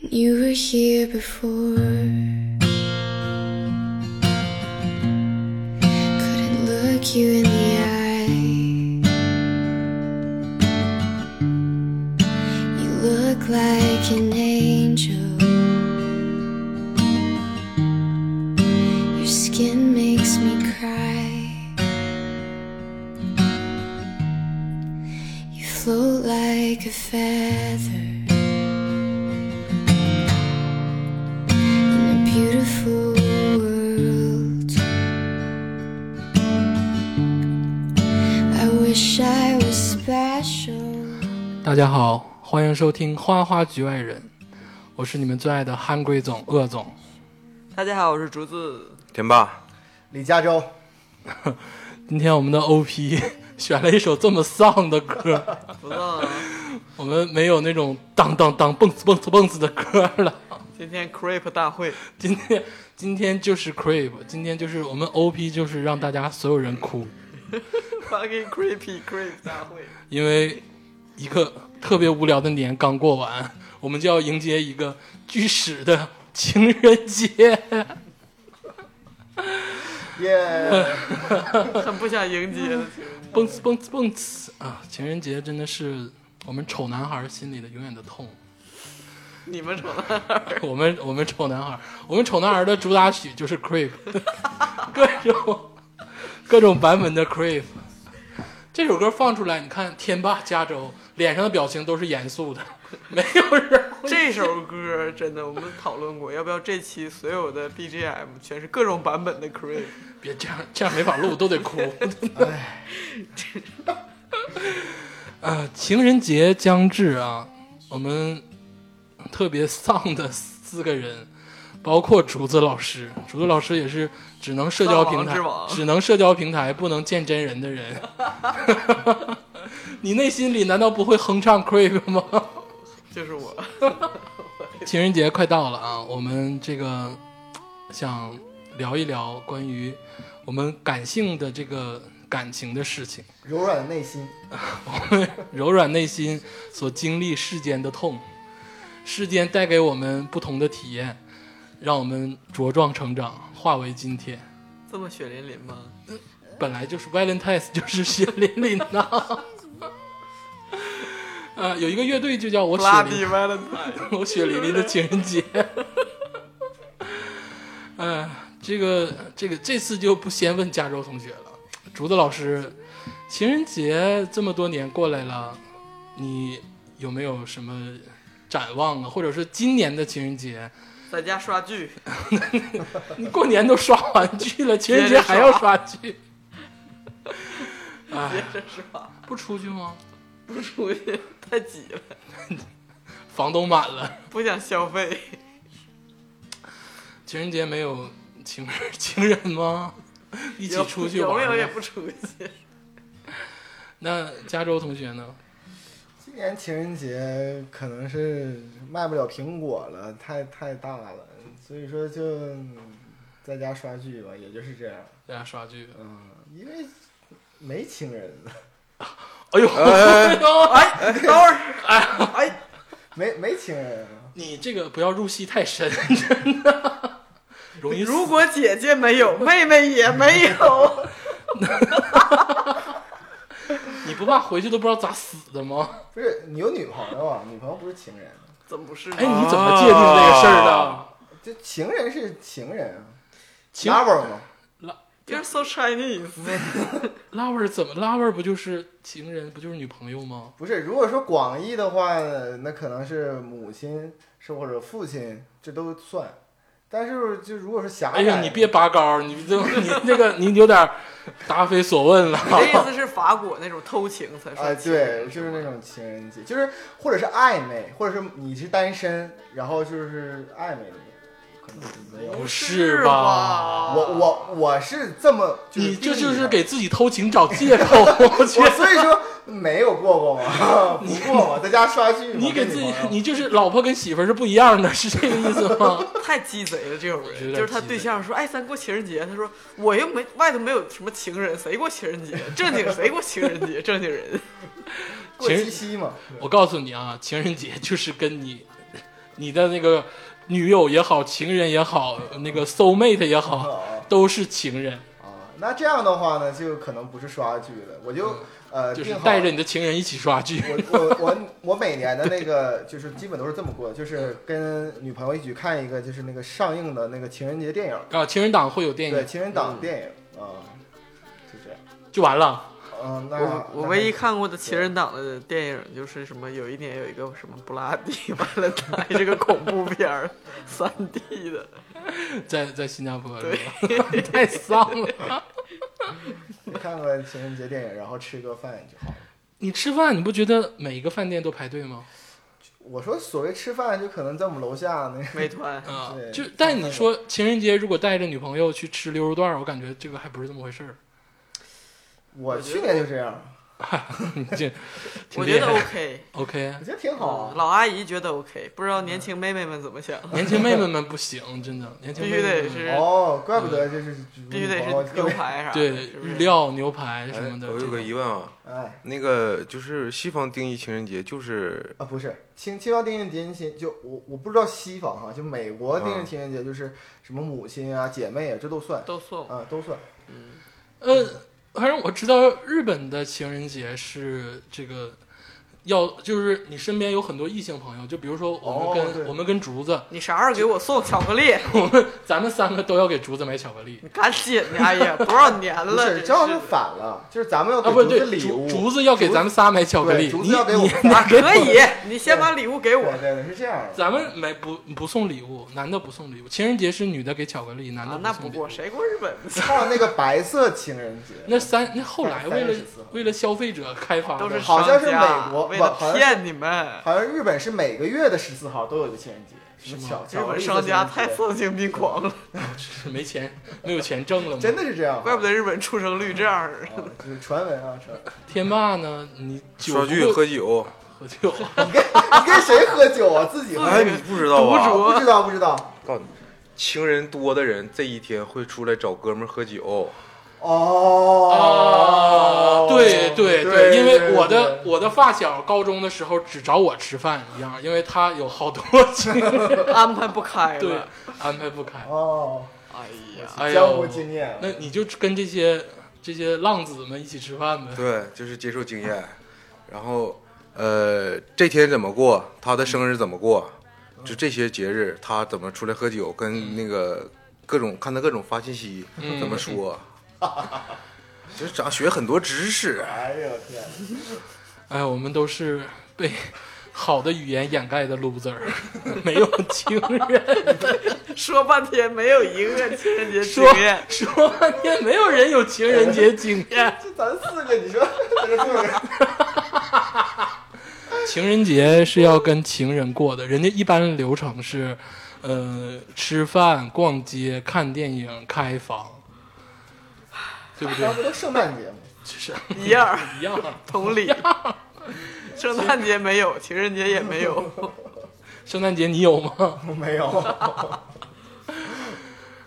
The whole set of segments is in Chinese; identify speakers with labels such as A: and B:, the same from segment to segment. A: You were here before. Couldn't look you in the eye. You look like an angel. Your skin makes me cry. You float like a feather. in a beautiful world. I wish I was special.
B: 大家好，欢迎收听《花花局外人》，我是你们最爱的憨贵总、鄂总。
C: 大家好，我是竹子。
D: 天霸，
E: 李嘉洲，
B: 今天我们的 OP 选了一首这么丧的歌，
C: 不浪啊，
B: 我们没有那种当当当蹦子蹦子蹦子的歌了。
C: 今天 Creep 大会，
B: 今天今天就是 Creep，今天就是我们 OP 就是让大家所有人哭，
C: fucking creepy creep 大会。
B: 因为一个特别无聊的年刚过完，我们就要迎接一个巨屎的情人节。
E: 耶、
C: 很不想迎接的，
B: 蹦次蹦次蹦次啊！情人节真的是我们丑男孩心里的永远的痛。
C: 你们瞅了。
B: 我们我们丑男孩，我们丑男孩的主打曲就是 Creep，各种各种版本的 Creep。这首歌放出来，你看天霸、加州脸上的表情都是严肃的，没有人会
C: 这首歌真的，我们讨论过，要不要这期所有的 BGM 全是各种版本的 Creep？
B: 别这样，这样没法录，都得哭。 哎，啊，情人节将至啊，我们特别丧的四个人，包括竹子老师，竹子老师也是只能社交平台
C: 丧王之王，
B: 只能社交平台不能见真人的人。 你内心里难道不会哼唱 Creep 吗？
C: 就是我，
B: 情人节快到了啊，我们这个想聊一聊关于我们感性的这个感情的事情，
E: 柔软的内心，
B: 柔软内心所经历世间的痛，世间带给我们不同的体验，让我们茁壮成长，化为今天。
C: 这么血淋淋吗？
B: 本来就是 Valentine's 就是血淋淋的。 呃，有一个乐队就叫我
C: 布
B: 血
C: 拉
B: 淋
C: 迪 Valentine，
B: 我血淋淋的情人 节。呃，这个这个这次就不先问加州同学了，竹子老师，情人节这么多年过来了，你有没有什么展望啊？或者是今年的情人节，
C: 在家刷剧，
B: 你过年都刷完剧 了，情人节还要刷剧？哎，
C: 接着刷，
B: 不出去吗？
C: 不出去太挤了，
B: 房都满了，
C: 不想消费。
B: 情人节没有情情人吗？一
C: 一
B: 起出去
C: 有
B: 玩
C: 没
B: 儿吗？
C: 有也不出去。
B: 那加州同学呢？
E: 今年情人节可能是卖不了苹果了，太太大了，所以说就嗯在家刷剧吧，也就是这样。
B: 在家刷剧。
E: 嗯，因为没情人，
B: 哎呦，
C: 哎，等会儿，哎哎，
E: 没没情人啊。
B: 你这个不要入戏太 深，真的容易死
C: 如果姐姐没有，妹妹也没有，
B: 你不怕回去都不知道咋死的吗？
E: 不是你有女朋友啊？女朋友不是情人，啊
C: 怎么不是呢？
B: 哎，你怎么界定这个事儿的
D: 啊？
E: 就情人是情人啊
B: 情
E: ，lover 嘛。
C: You're so Chinese。
B: lover 怎么 lover 不就是情人，不就是女朋友吗？
E: 不是，如果说广义的话，那可能是母亲是或者父亲，这都算。但是就如果是狭隘，
B: 哎呀，你别拔高，你这你这 个你有点答非所问 了。
C: 这意思是法国那种偷情才
E: 啊，
C: 算情人
E: 对，就是那种情人节，就是或者是暧昧，或者是你是单身，然后就是暧昧的那种，可能是没有。
B: 不
C: 是
B: 是吧？
E: 我我我是这么，就是
B: 啊你这
E: 定义
B: 就是
E: 的
B: 给自己偷情找借口，我觉
E: 我，
B: 得。
E: 所以说没有过过嘛， 不过嘛，在家刷剧嘛，
B: 你给
E: 跟
B: 自己
E: 女朋，友
B: 你就是老婆跟媳妇儿是不一样的，是这个意思吗？
C: 太鸡贼了，这种
B: 觉得有
C: 人
B: 点
C: 就是他
B: 鸡贼
C: 对象说：“哎，咱过情人节。”他说：“我又没外头没有什么情人，谁过情人节？ 正经谁过情人节？正经人。
E: 过
B: 其实
E: 七夕嘛，
B: 我告诉你啊，情人节就是跟你你的那个女友也好，情人也好，那个 soul mate 也好，
E: 哦
B: 都是情人，
E: 啊，那这样的话呢，就可能不是刷剧了，我就呃
B: 嗯就是
E: 定好
B: 带着你的情人一起刷剧。
E: 我我我我每年的那个就是基本都是这么过，就是跟女朋友一起看一个就是那个上映的那个情人节电影，
B: 啊，情人档会有电
E: 对，
B: 影
E: 情人
C: 嗯
E: 档电影啊，就这样。
B: 就完了。
E: 嗯，那
C: 我我
E: 那
C: 唯一看过的情人档的电影就是什么，有一年有一个什么布拉迪完了，他这个恐怖片儿，三 D 的，
B: 在在新加坡是吧？ 太丧了。
E: 看个情人节电影，然后吃个饭就好了。
B: 你吃饭你不觉得每一个饭店都排队吗？
E: 我说所谓吃饭，就可能在我们楼下那
C: 美团
B: 啊、
E: 对
B: 就但你说情人节如果带着女朋友去吃溜肉段儿，我感觉这个还不是这么回事儿。
E: 我去年就这样，
B: 你这 挺
C: 我
B: 厉
C: 觉得
B: 害。
C: OK，
B: OK，
E: 我觉得挺好
C: 嗯
E: 啊。
C: 老阿姨觉得 OK，不知道年轻妹妹们怎么想，
B: 年轻妹妹们不行，真的，年轻
C: 必
B: 妹
C: 须
B: 妹
C: 得
B: 们
C: 是
E: 哦，怪不得就是
C: 嗯必须得
E: 女朋友
C: 是
E: 特
C: 牛
E: 别
C: 排啥的，
B: 对
C: 是不
B: 日
C: 是？
B: 料、牛排什么的。
D: 哎我有个疑问啊，
E: 哎
D: 那个就是西方定义情人节就是
E: 啊，不是清西方定义情人节，就我我不知道西方哈，就美国定义
B: 嗯
E: 情人节就是什么母亲啊、姐妹啊，这都算
C: 都送，
E: 啊，都算。
B: 呃，反正我知道日本的情人节是这个，要就是你身边有很多异性朋友，就比如说我
E: 哦
B: 们跟、
E: 对
B: 我们跟竹子，
C: 你啥时候给我送巧克力？
B: 我们咱们三个都要给竹子买巧克力
C: 你赶紧的，哎呀，多少年
E: 不
C: 了，
E: 是，
C: 真
E: 正好
C: 是啊
E: 是
C: 的
E: 反了，就是咱们要
B: 啊，
E: 给
B: 不
E: 竹子
B: 对，
E: 礼
B: 竹
E: 物，
B: 竹子要给咱们仨买巧克力，
E: 对竹
B: 你
E: 子要给我
B: 你
E: 们
C: 啊，可以，你先把礼物给我
E: 对。对对，是这样的。
B: 咱们没不不送礼物，男的不送礼物，情人节是女的给巧克力，男
C: 啊
B: 的，
C: 那
B: 送
C: 不
B: 礼物。
C: 过谁过日本
E: 还有那个白色情人节，
B: 那三那后来为
E: 三月
B: 了
E: 十四号
B: 为了消费者开发的
C: 都是
E: 好像是
C: 商家
E: 美国
C: 为
E: 不
C: 了
E: 好像是
C: 骗你们，
E: 好像日本是每个月的十四号都有一个情人节，什么
B: 是吗
E: 巧
C: 日
E: 巧克
C: 本
E: 力
C: 商家
E: 色情
C: 太
E: 人节
C: 丧心病狂 了，
B: 是没钱没有钱挣了吗？
E: 真的是这样，
C: 怪不得日本出生率这样儿。
E: 啊，就是传闻啊，传闻。
B: 天霸呢？你酒
D: 刷
B: 不
D: 剧
B: 够
D: 喝酒，
B: 喝酒，
E: 你跟谁喝酒啊？自己喝
D: 哎，你不知道
C: 独酌
D: 啊？
E: 不知道不知道。
D: 告诉你，情人多的人这一天会出来找哥们儿喝酒，
E: 哦
B: 啊，，对
E: 对
B: 对，因为我
E: 对
B: 的
E: 对
B: 我的发小高中的时候只找我吃饭一样，因为他有好多情
C: 安排不开
B: 对
C: 了。
B: 安排不开。
E: 哦，
C: 哎呀，
B: 哎
E: 江
B: 呦
E: 湖，经验，
B: 那你就跟这些这些浪子们一起吃饭呗。
D: 对，就是接受经验，然后呃，这天怎么过，他的生日怎么过，就这些节日他怎么出来喝酒，跟那个各种看他各种发信息，
B: 嗯
D: 怎么说， 就是长学很多知识。
E: 哎呦天，
B: 哎，我们都是被好的语言掩盖的 loser，没有情人，
C: 说半天没有一个情人节经
B: 说
C: 验，
B: 说半天没有人有情人节经验。
E: 这咱四个，你说在这坐着，
B: 情人节是要跟情人过的，人家一般流程是，呃，吃饭、逛街、看电影、开房，对不对
E: 咱？不都圣诞节吗？
B: 就是
C: 一样儿
B: 一样。
C: 同理。圣诞节没有，情人节也没有，
B: 圣诞节你有吗？
E: 哦没有，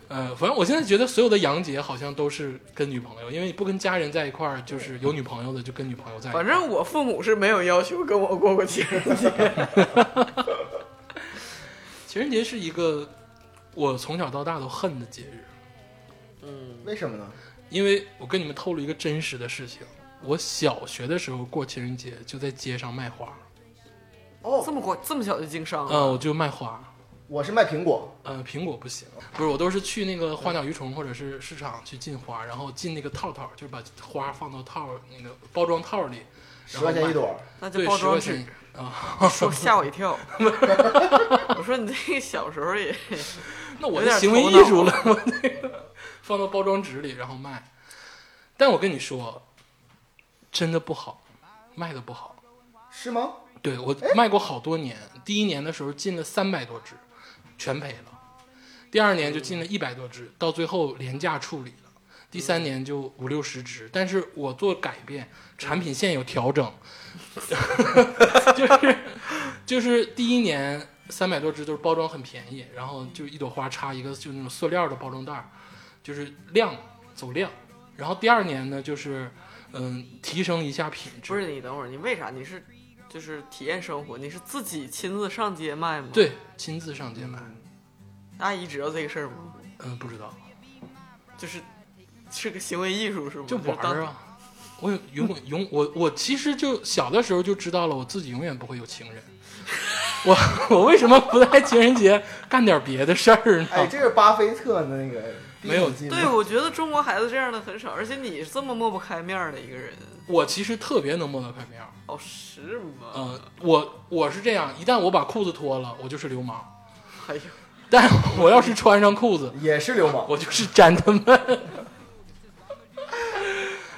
B: 呃，反正我现在觉得所有的洋节好像都是跟女朋友，因为你不跟家人在一块儿，就是有女朋友的就跟女朋友在一块
C: 反
B: 儿。
C: 正我父母是没有要求跟我过过情人节。
B: 情人节是一个我从小到大都恨的节日，
C: 嗯，
E: 为什么呢？
B: 因为我跟你们透露一个真实的事情，我小学的时候过情人节就在街上卖花，
C: 这
E: 哦，
C: 么快，这么小就经商
B: 嗯、
C: 了？
B: 我就卖花。
E: 我是卖苹果，
B: 呃，苹果不行，不是，我都是去那个花鸟鱼虫或者是市场去进花，然后进那个套套，就是把花放到套那个包装套里，
E: 十块钱一朵，
C: 那就
B: 对，
C: 包
B: 十块
C: 装纸
B: 钱。啊。
C: 说吓我一跳， 我说你这个小时候也
B: 那我
C: 有
B: 这
C: 点
B: 行为
C: 头
B: 艺
C: 脑
B: 术了，我那个放到包装纸里然后卖。但我跟你说，真的不好，卖的不好。
E: 是吗？
B: 对我卖过好多年，第一年的时候进了三百多只，全赔了；第二年就进了一百多只，到最后廉价处理了；第三年就五六十只，但是我做改变，产品线有调整，就是就是第一年三百多只都是包装很便宜，然后就一朵花插一个就那种塑料的包装袋儿，就是量走量。然后第二年呢，就是嗯提升一下品质，
C: 不是你等会儿，你为啥你是就是体验生活，你是自己亲自上街卖吗？，
B: 对，亲自上街买。
C: 阿姨知道这个事儿吗？
B: 嗯，不知道，
C: 就是是个行为艺术是吗？
B: 就玩
C: 当
B: 儿啊。我永远永我我其实就小的时候就知道了，我自己永远不会有情人。我我为什么不在情人节干点别的事儿呢？
E: 哎，这是巴菲特的那个
B: 没有
E: 记录，
C: 对，我觉得中国孩子这样的很少，而且你是这么抹不开面儿的一个人，
B: 我其实特别能摸到拍面儿。
C: 哦，是吗？
B: 呃，我我是这样，一旦我把裤子脱了，我就是流氓；
C: 哎呦，
B: 但我要是穿上裤子，
E: 也是流氓。
B: 我就是粘他们。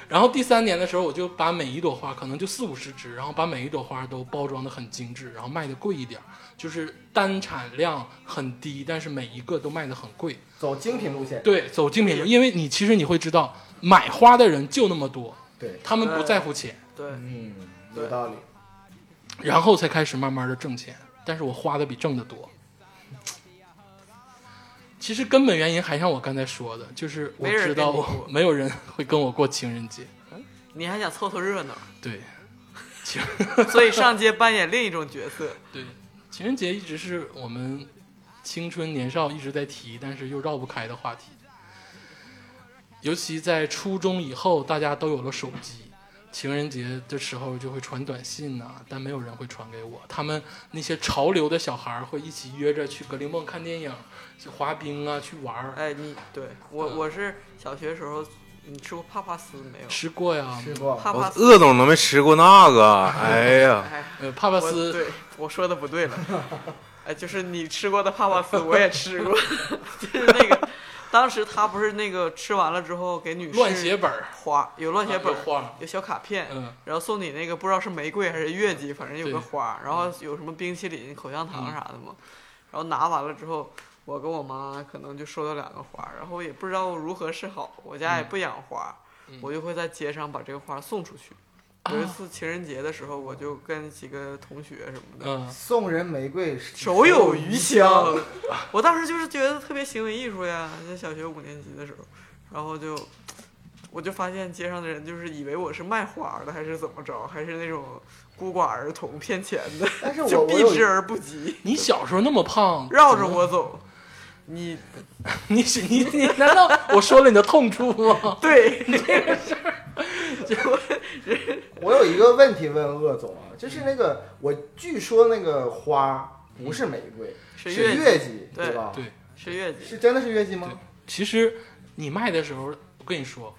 B: 然后第三年的时候，我就把每一朵花，可能就四五十只，然后把每一朵花都包装的很精致，然后卖的贵一点儿，就是单产量很低，但是每一个都卖的很贵。
E: 走精品路线，
B: 对，走精品路，因为你其实你会知道，买花的人就那么多，
E: 对，
B: 他们不在乎钱，
C: 对，
E: 嗯，
C: 对
E: 有道理。
B: 然后才开始慢慢的挣钱，但是我花的比挣的多。其实根本原因还像我刚才说的，就是我
C: 没人
B: 知道
C: 跟你
B: 我
C: 过
B: 没有人会跟我过情人节，
C: 你还想凑凑热闹，
B: 对，情
C: 所以上街扮演另一种角色。
B: 对情人节一直是我们青春年少一直在提，但是又绕不开的话题。尤其在初中以后，大家都有了手机，情人节的时候就会传短信呐、但没有人会传给我。他们那些潮流的小孩儿会一起约着去格林梦看电影、去滑冰啊、去玩儿。
C: 哎，你对我
B: 嗯
C: 我是小学时候，你吃过帕帕斯没有？
B: 吃过呀，
E: 吃过，
C: 帕
D: 我
C: 帕斯，
D: 鄂总都没吃过那个，哎呀，
C: 哎，
B: 呃，帕帕
C: 我
B: 斯
C: 对我说的不 对了，哎，就是你吃过的帕帕斯，我也吃 过，就是那个，当时他不是那个吃完了之后给女士
B: 乱写本儿，
C: 花有乱写本
B: 啊有花
C: 儿，有小卡片，
B: 嗯，
C: 然后送你那个不知道是玫瑰还是月季，反正有
B: 对
C: 个花儿，然后有什么冰淇淋、口香糖啥的嘛。然后拿完了之后，我跟我妈可能就收到两个花儿，然后也不知道如何是好。我家也不养花儿，我就会在街上把这个花儿送出去。有一次情人节的时候，我就跟几个同学什么的，
B: 嗯，
E: 送人玫瑰，手
C: 手有余香
E: 香。。
C: 我当时就是觉得特别行为艺术呀，在小学五年级的时候，然后就我就发现街上的人就是以为我是卖花的，还是怎么着，还是那种孤寡儿童骗钱的，
E: 但是
C: 就
E: 我我
C: 避
E: 有
C: 之而不 及，
B: 你小时候那么胖，
C: 绕着我走。你
B: 你你你难道我说了你的痛处吗？
C: 对这个
E: 我有一个问题问鄂总啊，就是那个我据说那个花不是玫瑰，
C: 嗯是
E: 是
C: 月季
E: 月季，
C: 对
E: 吧？
B: 对。
C: 是月季，
E: 是真的是月季吗？
B: 其实你卖的时候，我跟你说，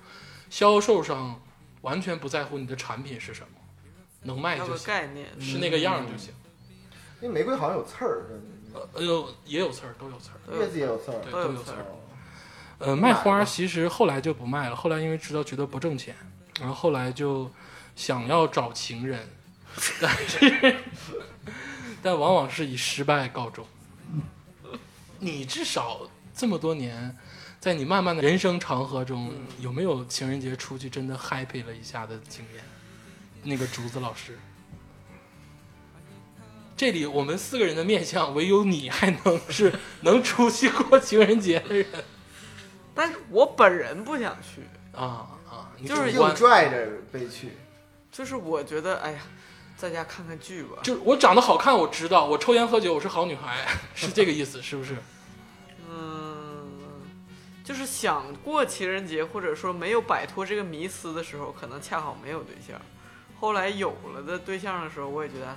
B: 销售商完全不在乎你的产品是什么，能卖
C: 要
B: 就
C: 个
B: 行，
C: 概念。
B: 是那个样儿就行。
E: 那玫瑰好像有刺儿，
B: 呃，也有刺儿，都有刺儿。
C: 都有
E: 月季也有刺儿。
B: 对
C: 都有刺儿
E: 哦
B: 呃，卖花其实后来就不卖了，后来因为知道觉得不挣钱，然后后来就想要找情人， 但是但往往是以失败告终。你至少这么多年，在你漫漫的人生长河中，有没有情人节出去真的 happy 了一下的经验？那个竹子老师，这里我们四个人的面相，唯有你还能是能出去过情人节的人。
C: 但是我本人不想去，
B: 啊啊，你
C: 就是
B: 主
E: 硬
B: 观，
E: 拽着被去，
C: 就是我觉得，哎呀，在家看看剧吧。
B: 就是我长得好看，我知道，我抽烟喝酒，我是好女孩，是这个意思，是不是？
C: 嗯，就是想过情人节，或者说没有摆脱这个迷思的时候，可能恰好没有对象。后来有了的对象的时候，我也觉得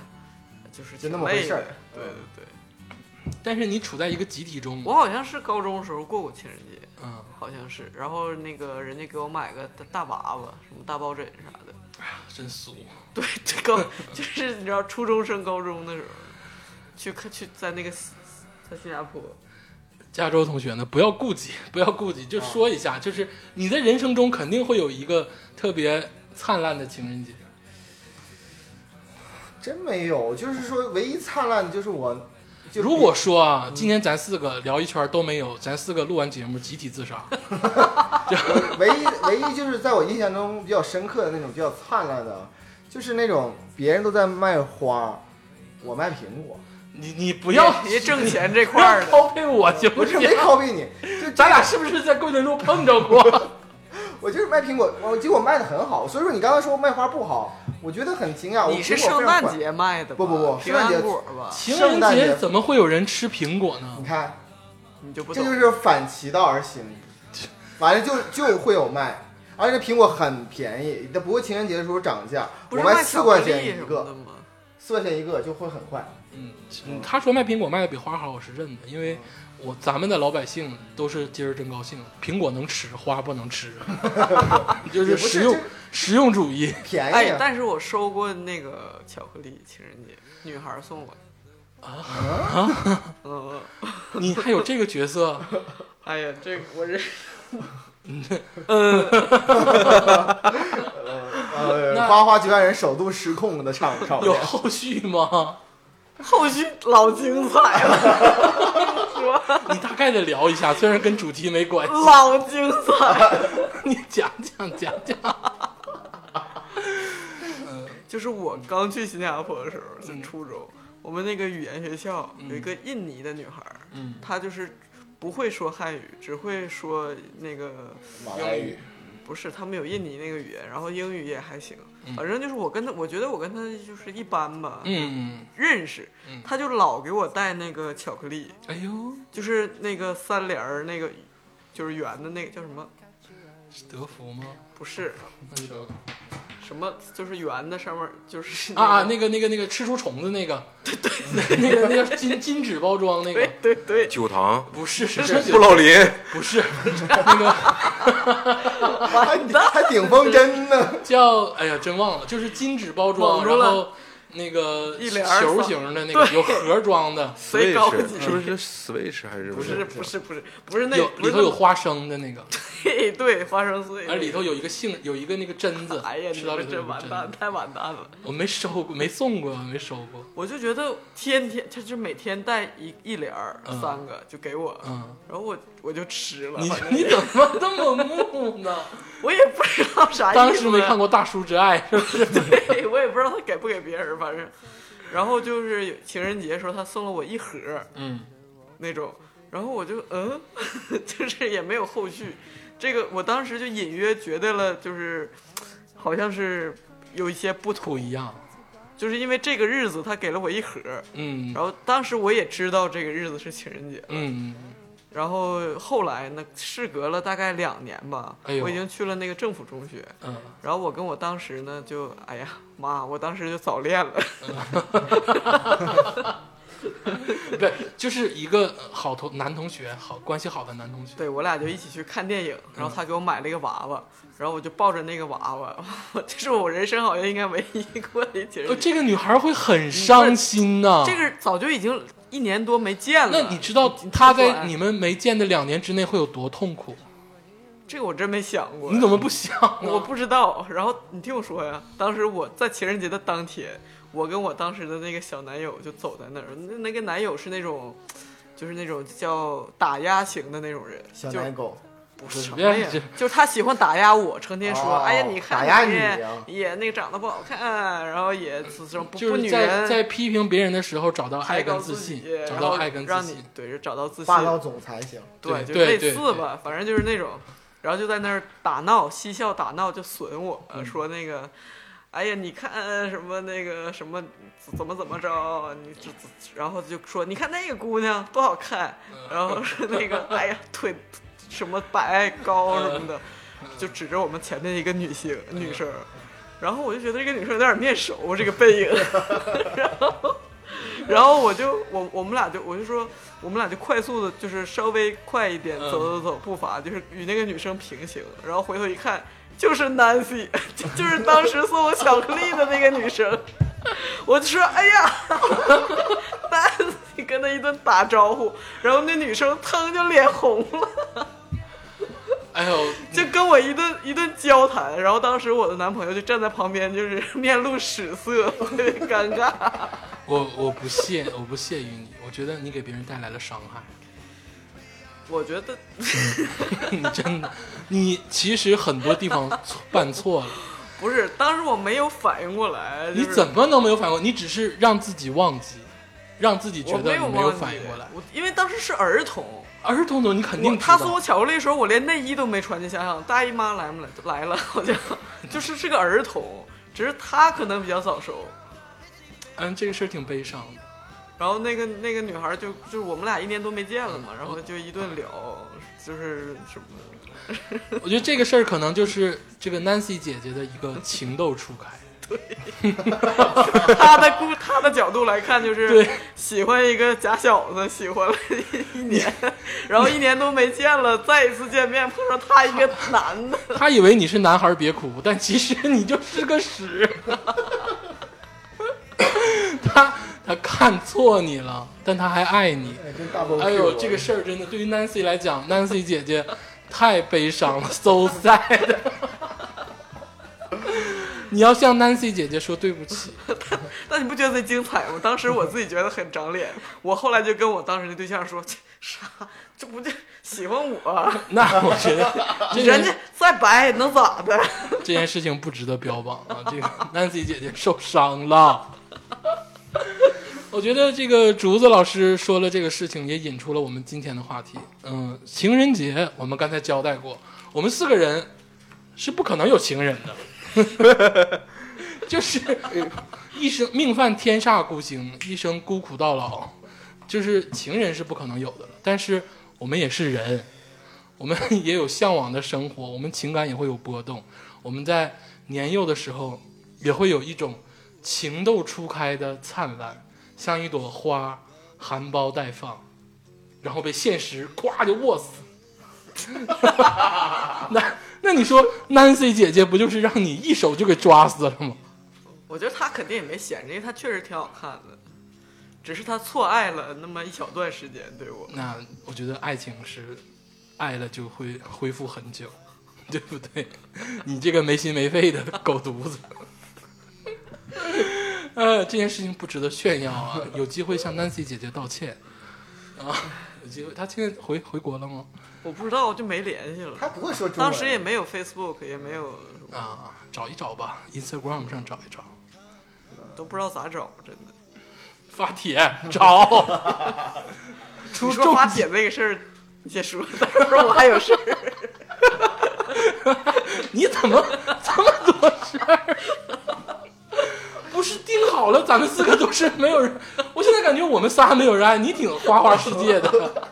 C: 就是
E: 就
C: 挺
E: 那么
C: 累
E: 回事儿
C: 的对对对，
B: 但是你处在一个集体中
C: 我，好像是高中时候过过情人节，
B: 嗯，
C: 好像是。然后那个人家给我买个大大娃娃，什么大抱枕啥的。
B: 真俗。
C: 对，这 高就是你知道初中升高中的时候，去看去在那个在新加坡，
B: 加州同学呢，不要顾忌，不要顾忌，就说一下，就是你的人生中肯定会有一个特别灿烂的情人节，
E: 真没有。就是说，唯一灿烂的就是我。就
B: 如果说啊，今天咱四个聊一圈都没有，咱四个录完节目集体自杀，
E: 唯一唯一就是在我印象中比较深刻的那种比较灿烂的，就是那种别人都在卖花，我卖苹果，
B: 你你不要
C: 别挣钱这
B: 不
C: 块
B: 要
C: 儿的，
B: 抛配我行
E: 不
B: 不
E: 是
B: 行
E: 没？拷贝你，就
B: 咱俩是不是在桂林路碰着过？
E: 我就是卖苹果，我结果卖的很好。所以说你刚才说卖花不好，我觉得很惊讶。我
C: 你是
E: 苹果
C: 圣
E: 非常
C: 诞
E: 管
C: 节啊卖的吧？
E: 不不不
C: 平安
E: 圣诞节
C: 果吧？
B: 情
E: 圣
B: 人
E: 诞
B: 节
E: 节
B: 怎么会有人吃苹果呢
E: 你？看，
C: 你就不
E: 这
C: 懂。
E: 就是反其道而行，反正就就会有卖，而且苹果很便宜，它不会情人节的时候涨价，
C: 不
E: 我
C: 是卖
E: 四
C: 巧
E: 块
C: 克力
E: 钱
C: 什
E: 一
C: 么的
E: 个，
C: 吗？
E: 四块钱一个就会很快。
B: 嗯，嗯他说卖苹果卖的比花好，我是认的，因为我咱们的老百姓都是今儿真高兴，苹果能吃，花不能吃， 就是
E: 也不是
B: 实用
E: 这
B: 实用主义。
E: 便宜
C: 哎，
E: 啊，
C: 但是我收过那个巧克力，情人节女孩送我的。啊？嗯，
B: 你还有这个角色，
C: 哎呀，这个我 这
E: 呃，花花局外人首度失控的场场
B: 有
E: 面，
B: 后续吗？
C: 后续老精彩了，
B: 你大概的聊一下，虽然跟主题没关系，
C: 老精彩。
B: 你讲讲讲讲。
C: 就是我刚去新加坡的时候，在初中，我们那个语言学校有一个印尼的女孩，
B: 嗯，
C: 她就是不会说汉语，只会说那个
E: 马来语，
C: 不是，他们有印尼那个语
B: 嗯
C: 言，然后英语也还行，反正就是我跟他，我觉得我跟他就是一般吧，
B: 嗯，
C: 认识，他就老给我带那个巧克力，
B: 哎呦，
C: 就是那个三联儿那个，就是圆的那个叫什么？
B: 是德芙吗？
C: 不是
B: 那就德芙
C: 什么，就是圆的上面就是
B: 嗯啊啊，
C: 那
B: 那个那个那个吃出虫子那个，对对，那个那个金金纸包装那个
C: 对，对
B: 嗯
C: 对，
D: 九堂、
B: 不是是
D: 不老林，
B: 不是那个
E: 还还顶风针呢。
B: 叫哎呀，真忘了，就是金纸包装，
C: 蒙住了
B: 然后那个
C: 一帘儿
B: 球形的那个
C: 对
B: 有盒装的，
C: 谁高级
D: Switch 是不是 Switch 还是
C: 不是不是不是不是 那
B: 有
C: 不
B: 里
C: 是
B: 头有花生的那个，
C: 对对花生碎，
B: 而里头有一个杏，有一个那个榛子，
C: 哎呀，你
B: 吃到里
C: 们
B: 头有
C: 真
B: 个
C: 完
B: 榛
C: 蛋，
B: 子，
C: 太完蛋了。
B: 我没收过，没送过，没收过，
C: 我就觉得天天他就每天带一一帘儿
B: 嗯
C: 三个就给我，
B: 嗯。
C: 然后我我就吃了，
B: 你
C: 反正
B: 你怎么这么木 呢？
C: 我也不知道啥意思，
B: 当时没看过《大叔之爱》，是不是？
C: 对，我也不知道他给不给别人，反正，然后就是情人节的时候他送了我一盒
B: 嗯，
C: 那种，然后我就嗯， 就是也没有后续，这个我当时就隐约觉得了，就是好像是有一些不同，
B: 不一样。
C: 就是因为这个日子他给了我一盒，
B: 嗯
C: 然后当时我也知道这个日子是情人节，
B: 嗯，
C: 然后后来呢，事隔了大概两年吧，
B: 哎呦
C: 我已经去了那个政府中学，
B: 嗯，
C: 然后我跟我当时呢就，哎呀妈，我当时就早恋了，
B: 对，就是一个好同男同学，好关系好的男同学。
C: 对我俩就一起去看电影，然后他给我买了一个娃娃，然后我就抱着那个娃娃， 我这是我人生好像应该唯一过的情
B: 呃，
C: 人节。
B: 这个女孩会很伤心呐、
C: 这个早就已经一年多没见了。
B: 那你知道
C: 听
B: 她
C: 说
B: 在
C: 啊
B: 你们没见的两年之内会有多痛苦？
C: 这个我真没想过。
B: 你怎么不想呢？
C: 我不知道。然后你听我说呀，当时我在情人节的当天，我跟我当时的那个小男友就走在那儿，那那个男友是那种，就是那种叫打压型的那种人，
E: 小
C: 就
E: 奶狗，
C: 不是什么
B: 别
C: 呀
B: 这，
C: 就是他喜欢打压我，成天说，
E: 哦
C: 哎呀，你看
E: 打压
C: 你
E: 你啊
C: 也那个长得不好看，然后也自称 不
B: 就
C: 不女
B: 是在在
C: 人，
B: 批评别人的时候找到爱
C: 抬高
B: 跟自
C: 自
B: 信
C: 己，，
B: 找
C: 然
B: 到
C: 后
B: 爱跟
C: 让
B: 自
C: 你
B: 信。
C: 对，就找到自信，
E: 霸道总裁型，
B: 对
C: 对，就
B: 对
C: 类
B: 对
C: 似吧，反正就是那种，然后就在那儿打闹，嬉笑打闹，就损我，
B: 嗯
C: 呃说那个，哎呀，你看什么那个什么怎么怎么着，你这这然后就说你看那个姑娘多好看，
B: 嗯
C: 然后说那 个哎呀腿什么白高
B: 嗯
C: 什么的，就指着我们前面一个女性女生，然后我就觉得这个女生有点面熟，这个背 影，然后。然后我就我我们俩就我就说我们俩就快速的，就是稍微快一点
B: 嗯
C: 走走走步伐，就是与那个女生平行。然后回头一看，就是 Nancy，就 就是当时送我巧克力的那个女生。 我就说哎呀 ，Nancy 跟她一顿打招呼，然后那女生腾就脸红了，
B: 哎呦，
C: 就跟我一顿一顿交谈。然后当时我的男朋友就站在旁边，就是 面露屎色， 特别尴尬。
B: 我我不屑，我不屑于你，我觉得你给别人带来了伤害。
C: 我觉得
B: 你真的，你其实很多地方错办错了，
C: 不是，当时我没有反应过来。
B: 你
C: 就是
B: 怎么能没有反应过？你只是让自己忘记，让自己觉
C: 我
B: 得你
C: 有
B: 没有
C: 忘
B: 反
C: 记
B: 应过来。
C: 我因为当时是儿童，
B: 儿童总你肯
C: 我
B: 定
C: 他
B: 知
C: 送
B: 道
C: 我巧克力的时候，我连内衣都没穿。你想想，大姨妈来不来来了？好像就是是个儿童，只是他可能比较早熟。
B: 嗯，这个事儿挺悲伤的。
C: 然后那个那个女孩就就我们俩一年多没见了嘛，然后就一顿聊，就是什么
B: 我觉得这个事儿可能就是这个 Nancy 姐姐的一个情窦初开。
C: 他的故他的角度来看，就是
B: 对
C: 喜欢一个假小子，喜欢了一一年，然后一年都没见了，再一次见面碰上他一个男的，
B: 她以为你是男孩儿别哭，但其实你就是个屎。 她她看错你了，但她还爱你。
E: 哎，跟大包。
B: 哎呦，这个事儿真的对于 Nancy 来讲，Nancy 姐姐太悲伤了，so sad。你要向 Nancy 姐姐说对不起，
C: 但你不觉得贼精彩吗？当时我自己觉得很长脸，我后来就跟我当时的对象说，这啥，这不就喜欢我，
B: 那我觉得这
C: 人
B: 件
C: 家再白能咋的？
B: 这件事情不值得标榜啊！这个 Nancy 姐姐受伤了。 我觉得这个竹子老师说了这个事情，也引出了我们今天的话题。嗯，情人节我们刚才交代过，我们四个人是不可能有情人的， 就是一生命犯天煞孤星，一生孤苦到老，就是情人是不可能有的了。但是我们也是人，我们也有向往的生活，我们情感也会有波动。我们在年幼的时候也会有一种情窦初开的灿烂，像一朵花含苞待放，然后被现实咵就握死。 那那你说 Nancy 姐姐不就是让你一手就给抓死了吗？
C: 我觉得他肯定也没闲着，因为他确实挺好看的，只是他错爱了那么一小段时间对我。
B: 那我觉得爱情是爱了就会恢复很久， 对不对？ 你这个没心没肺的狗犊子， 呃，这件事情不值得炫耀啊！有机会向 Nancy 姐姐道歉啊！有机会，她现在回回国了吗？
C: 我不知道，就没联系
E: 他
C: 了。
E: 不会说中文。
C: 当时也没有 Facebook，也没有，
B: 啊，找一找吧，Instagram 上找一找，
C: 都不知道咋找，真的。
B: 发帖找，
C: 你
B: 出
C: 说
B: 重
C: 发帖那个事儿，你先说，待会儿我还有事儿。
B: 你怎么这么多事儿？不是定好了，咱们四个都是没有人。我现在感觉我们仨没有人爱你，挺花花世界的。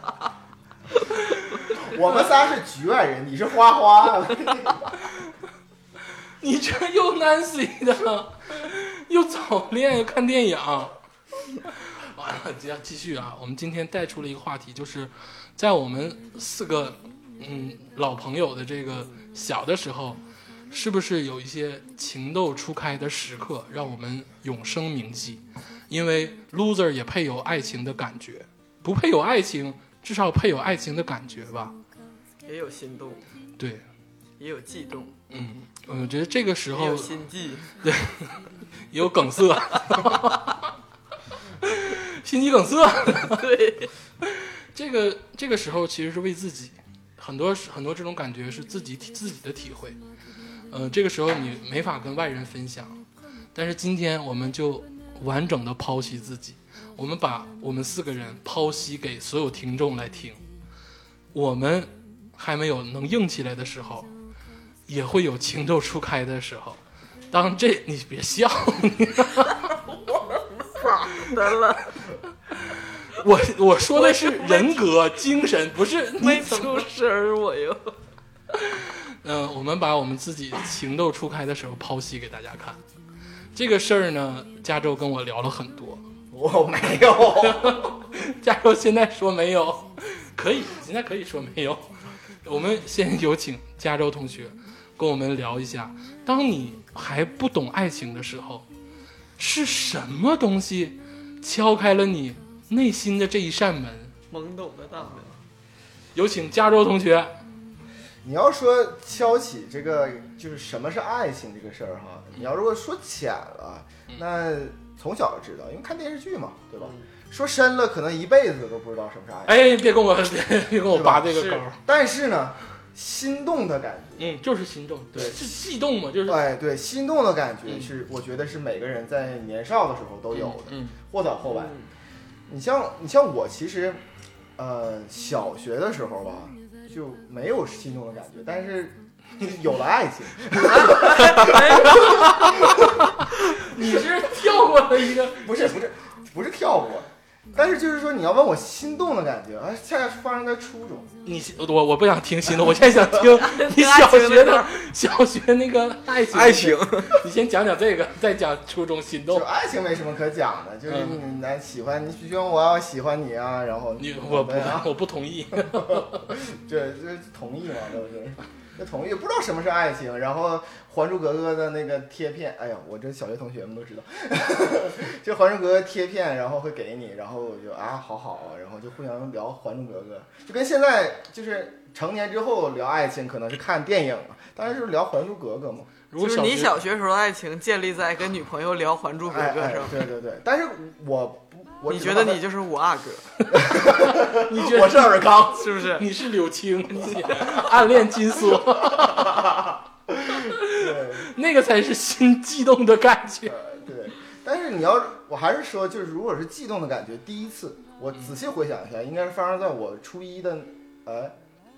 E: 我们仨是局外人，你是花花。
B: 你这又 Nancy 的，又早恋又看电影。完了，就要继续啊！我们今天带出了一个话题，就是在我们四个嗯老朋友的这个小的时候，是不是有一些情窦初开的时刻，让我们永生铭记？因为 loser 也配有爱情的感觉，不配有爱情，至少配有爱情的感觉吧？
C: 也有心动，
B: 对，
C: 也有悸动，
B: 嗯，我觉得这个时
C: 也
B: 候
C: 有心悸。
B: 也有梗塞，心肌梗塞。
C: 对，
B: 这个这个时候其实是为自己，很多很多这种感觉是自己体自己的体会。呃，这个时候你没法跟外人分享，但是今天我们就完整的剖析自己，我们把我们四个人剖析给所有听众来听。我们还没有能硬起来的时候，也会有情窦初开的时候。当这你别笑，
C: 得了，
B: 我我说的是人格、精神，不是你
C: 没
B: 怎么
C: 出声儿我又。
B: 嗯，我们把我们自己情窦初开的时候剖析给大家看。这个事儿呢，加州跟我聊了很多。
E: 我没有，
B: 加州现在说没有，可以，现在可以说没有。我们先有请加州同学跟我们聊一下，当你还不懂爱情的时候，是什么东西敲开了你内心的这一扇门？
C: 懵懂的大门，
B: 有请加州同学。
E: 你要说敲起这个就是什么是爱情这个事儿哈，你要如果说浅了，
C: 嗯
E: 那从小就知道，因为看电视剧嘛，对吧？说深了，可能一辈子都不知道什么是爱情。
B: 哎，别跟我 别跟我拔这个
E: 是
B: 高。
E: 但是呢，心动的感觉，
B: 嗯，就是心动，
E: 对
B: 是悸动嘛，就是
E: 哎，对，心动的感觉
B: 嗯
E: 是，我觉得是每个人在年少的时候都有的，
B: 嗯，
E: 或早或晚。你像你像我，其实呃小学的时候吧，就没有心动的感觉，但是有了爱情。
B: 你是跳过了一个，
E: 不是不是不是跳过，但是就是说你要问我心动的感觉，啊，恰恰是发生在初中。
B: 你我我不想听新的，我现在想 听你小学的小学那个爱情
D: 爱情，
B: 你先讲讲这个，再讲初中心
E: 就
B: 动。
E: 爱情没什么可讲的，
B: 嗯
E: 就是你男喜欢你，就像我要喜欢你啊，然后
B: 你我不
E: 们啊，
B: 我不同意，
E: 这这同意嘛，对不对？这同意不知道什么是爱情，然后《还珠格格》的那个贴片，哎呀，我这小学同学们都知道， 就《还珠格格》贴片，然后会给你，然后我就啊，好好，然后就互相聊《还珠格格》，就跟现在就是成年之后聊爱情，可能是看电影，当然就是聊《还珠格格》嘛。
B: 如
C: 就
B: 果
C: 是你
B: 小
C: 小
B: 学
C: 学时候的爱情建立在跟女朋友聊《还珠格
E: 哎
C: 格》
E: 哎
C: 上，，
E: 对对对，但是我不，我
C: 你
E: 只
C: 觉
E: 能
C: 得你就是我阿哥，
B: 你觉
E: 我是
B: 得
E: 尔康，
C: 是不是？
B: 你是柳青，你暗恋金梭，
E: 对。
B: 那个才是心悸动的感觉。
E: 呃，对，但是你要，我还是说，就是如果是悸动的感觉，第一次我仔细回想一下，应该是发生在我初一的，呃，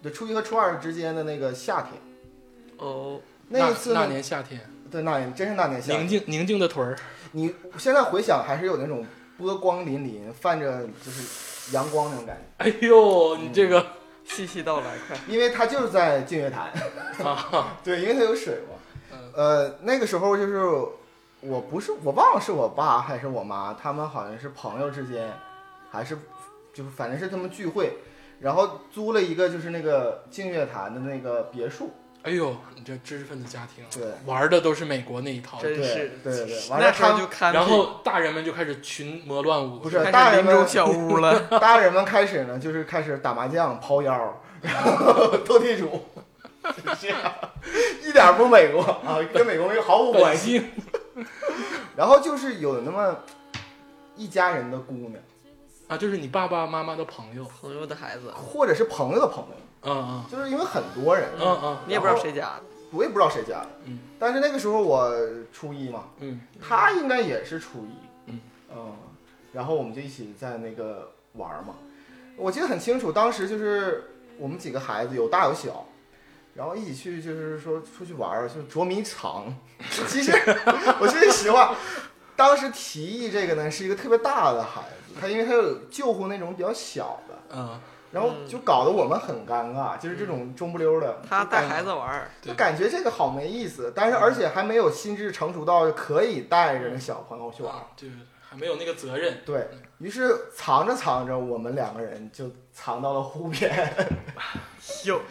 E: 对，初一和初二之间的那个夏天。
C: 哦，
E: 那一次呢
B: 那年夏天，
E: 对，那年真是那年夏
B: 宁
E: 天。
B: 静宁静的腿儿，
E: 你现在回想，还是有那种波光粼粼、泛着就是阳光那种感觉，
B: 哎呦，你这个
C: 细细道来，快！
E: 因为它就是在净月潭。
B: 啊，
E: 对，因为它有水嘛
B: 嗯。
E: 呃，那个时候就是我不是我忘了是我爸还是我妈，他们好像是朋友之间，还是就是反正是他们聚会，然后租了一个就是那个净月潭的那个别墅。
B: 哎呦，你这知识分子家庭，啊
E: 对
B: 玩的都是美国那一套。
C: 真
E: 对
C: 是
E: 对对对，完了
C: 那时
E: 他
C: 候
E: 们
C: 就看，
B: 然后大人们就开始群魔乱舞，
E: 不是
C: 开
E: 大
C: 始
E: 人
C: 林中
E: 们
C: 小屋 了，
E: 大人们开始呢就是开始打麻将、抛腰、然后斗地主，就这样， 一点不美国啊，跟美国没有毫无关
B: 本
E: 系。
B: 性
E: 然后就是有那么一家人的姑娘。
B: 啊，就是你爸爸妈妈的朋友，
C: 朋友的孩子，
E: 或者是朋友的朋友，
B: 嗯
E: 就是因为很多人，
B: 嗯嗯嗯
C: 你也不知道谁家的，
E: 我也不知道谁家的。
B: 嗯
E: 但是那个时候我初一嘛，
B: 嗯，
E: 他应该也是初一。
B: 嗯
E: 然后我们就一起在那个玩儿嘛。我记得很清楚，当时就是我们几个孩子有大有小，然后一起去就是说出去玩儿，就是捉迷藏。 其实我说句实话，当时提议这个呢是一个特别大的孩子，他因为他有救护那种比较小的。
B: 嗯，
E: 然后就搞得我们很尴尬，就是这种中不溜的，
C: 他带孩子玩儿，
E: 就感觉这个好没意思，但是而且还没有心智成熟到可以带着那小朋友去玩。
B: 啊，对，还没有那个责任，
E: 对于是藏着藏着，我们两个人就藏到了湖边，
C: 哟，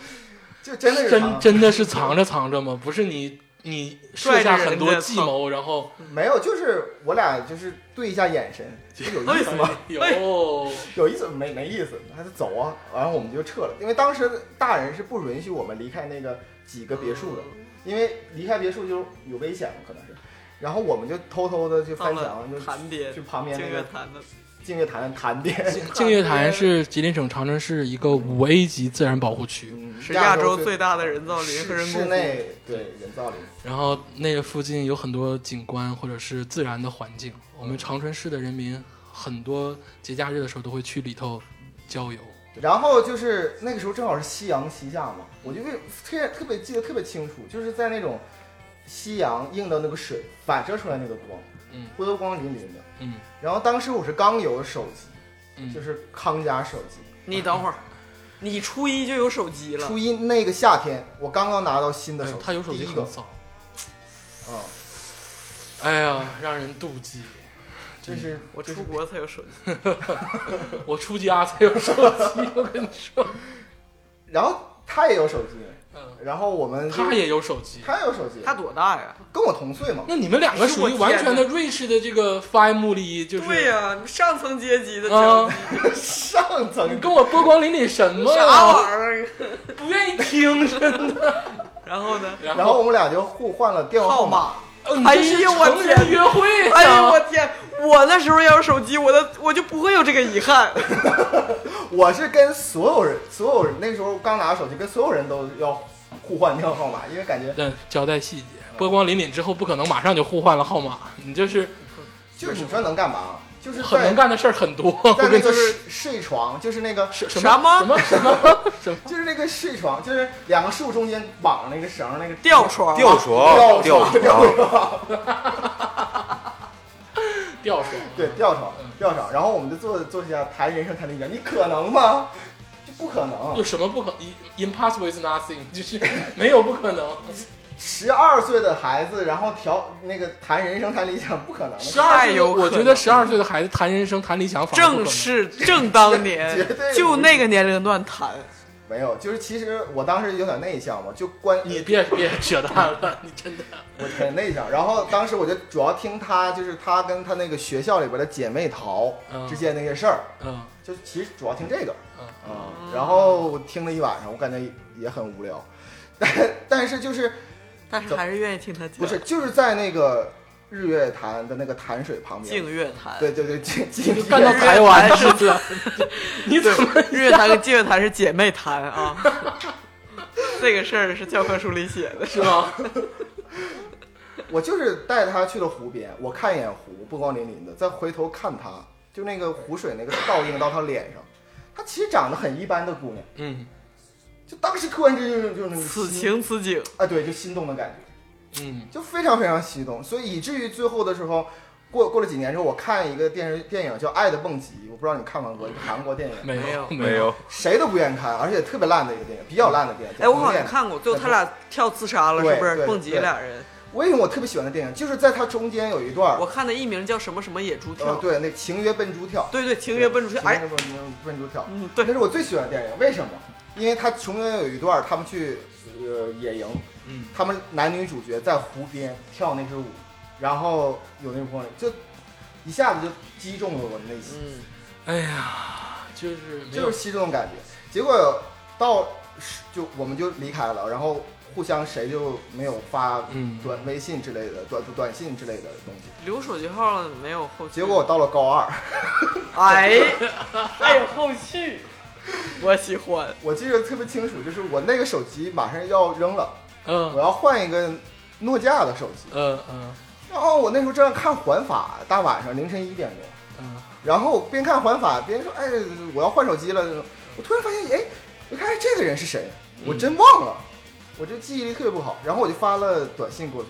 E: 就真的是
B: 真
E: 藏
B: 真的是藏着藏着吗？不是你你设下很多计谋，然 后
E: 没有，就是我俩就是对一下眼神，就有意思
B: 哎
E: 吗？
B: 有
E: 有意思没没意思，他就走啊，然后我们就撤了，因为当时大人是不允许我们离开那个几个别墅的，因为离开别墅就有危险了，可能是。然后我们就偷偷的 就
C: 到
E: 翻
C: 了
E: 墙，就
C: 潭边，
E: 去旁边
C: 净
E: 那
C: 月
E: 个
C: 潭的，
E: 净月潭潭边，
B: 净月潭是吉林省长春市一个五 A 级自然保护区，
E: 嗯
C: 是亚洲
E: 洲
C: 最大的人造林和
E: 室
C: 人工
E: 室
C: 湖
E: 内对人造林，
B: 然后那个附近有很多景观或者是自然的环境。我们长春市的人民很多节假日的时候都会去里头郊游。
E: 然后就是那个时候正好是夕阳西下嘛，我就为特特别记得特别清楚，就是在那种夕阳映到那个水反射出来那个光，
B: 嗯，
E: 波光粼粼的。
B: 嗯
E: 然后当时我是刚有手机，
B: 嗯，
E: 就是康佳手机，
C: 你等会儿，你初一就有手机了
E: 初，一那个夏天，我刚刚拿到新的
B: 哎
E: 手
B: 呦
E: 机，
B: 他有手
E: 第
B: 机
E: 一
B: 很
E: 个
B: 早，嗯
E: 啊，
B: 哎呀，让人妒忌。
E: 这是
C: 我
E: 这是
C: 出国才有手机，
B: 我出家才有手机， 我跟你说，
E: 然后他也有手机，
B: 嗯
E: 然后我们就
B: 他也有手机。
E: 他也有手机，
C: 他多大呀？
E: 跟我同岁嘛，
B: 那你们两个属于完全的瑞士的这个 family，就是
C: 对呀，上层阶级的交
B: 啊
C: 际，
E: 上层
B: 你跟我波光粼粼什么
C: 啥玩
B: 呀？
C: 意 儿？
B: 不愿意听，真的。
C: 然后呢？
B: 然
E: 然后我们俩就互换了电话
C: 号
E: 码，
C: 码。
B: 嗯这是
C: 哎呦我
B: 成人
C: 天
B: 约会啊，
C: 哎呦我天！我那时候要有手机，我的我就不会有这个遗憾。
E: 我是跟所有人，所有人那时候刚拿到手机，跟所有人都要互换电话号码，因为感觉
B: 嗯，交代细节。波光粼粼之后，不可能马上就互换了号码，你就是
E: 就是你说能干嘛？就是
B: 很能
E: 在
B: 干的事儿很多。我
E: 在
B: 跟
E: 那
B: 你
E: 个
B: 说，
E: 睡睡床，就是那个
B: 什什
C: 啥
B: 么
C: 吗
B: 什么什么什么？
E: 就是那个睡床，就是两个树中间绑那个绳，那个
C: 吊床，
D: 吊床，
E: 吊
D: 吊床，
B: 吊床。
E: 对，吊床，吊床。然后我们就坐坐下谈人生，谈理想，你可能吗？这不可能
B: 有。什么不可？i- impossible is nothing，就是 没有不可能。
E: 十二岁的孩子，然后调那个谈人生、谈理想，不可能，
B: 十二
C: 太
B: 岁，
C: 有可能
B: 我觉得十二岁的孩子谈人生、谈理想，反而不可能
C: 正是正当
E: 绝
C: 年
E: 对不，是
C: 就那个年龄段谈，
E: 没有。就是其实我当时有点内向嘛，就关
B: 你别别扯淡了，你 真的
E: 我很内向。然后当时我就主要听他，就是他跟他那个学校里边的姐妹淘
B: 嗯
E: 之间那些事儿，
B: 嗯
E: 就其实主要听这个。
B: 嗯
E: 啊、然后我听了一晚上，我感觉也很无聊， 但但是就是
C: 但是还是愿意听他讲。
E: 不是就是在那个日月潭的那个潭水旁边，
C: 净月潭，
E: 对对对，静
B: 你
E: 静
B: 就干到台湾是不是？ 你怎么
C: 日月潭跟净月潭是姐妹潭 啊。这个事儿是教科书里写的，
B: 是吗？
E: 我就是带他去了湖边，我看一眼湖，波光粼粼的，再回头看他，就那个湖水那个倒映到他脸上，她其实长得很一般的姑娘，
B: 嗯
E: 就当时突然之间就就那个
C: 此
E: 心
C: 情此景，
E: 啊，对，就心动的感觉。
B: 嗯
E: 就非常非常激动，所以以至于最后的时候，过过了几年之后，我看一个电视电影叫《爱的蹦极》，我不知道你看没看过，一个韩国电影，
B: 没有
C: 有
B: 没
D: 没有，
E: 谁都不愿意看，而且特别烂的一个电影，比较烂的电影。
C: 哎，我好
E: 叫
C: 像
E: 《
C: 看过，最后他俩跳自杀了，
E: 对
C: 是不是？
E: 对
C: 蹦极
E: 对
C: 俩人，
E: 为什么我特别喜欢的电影？就是在它中间有一段
C: 我，看的艺名叫什么什么野猪
E: 呃
C: 跳，，
E: 对，那情约笨猪跳，
C: 对哦对，情约奔出去，
E: 情约
C: 哎，
E: 笨猪笨猪跳，
C: 嗯，
E: 那
C: 对，
E: 是我最喜欢的电影。为什么？因为它中间有一段，他们去呃野营，
B: 嗯
E: 他们男女主角在湖边跳那支舞，然后有那种光就一下子就击中了我的内心。
C: 嗯，
B: 哎呀，就是没
E: 就
B: 有
E: 是吸这种感觉。结果到是就我们就离开了，然后互相谁就没有发
B: 嗯
E: 短微信之类的短短信之类的东西。
C: 留手机号了没有后续？
E: 结果我 到了高二，
C: 哎， 还有后续， 我喜欢，
E: 我记得特别清楚，就是我那个手机马上要扔了，我
B: 嗯
E: 要换一个诺基亚的手机。
B: 嗯嗯
E: 然后哦我那时候正在看《环法》，大晚上凌晨一点钟，
B: 嗯，
E: 然后边看《环法》边说：“哎，我要换手机了。”我突然发现，哎，我看哎这个人是谁，我真忘了，我这记忆力特别不好。然后我就发了短信过去，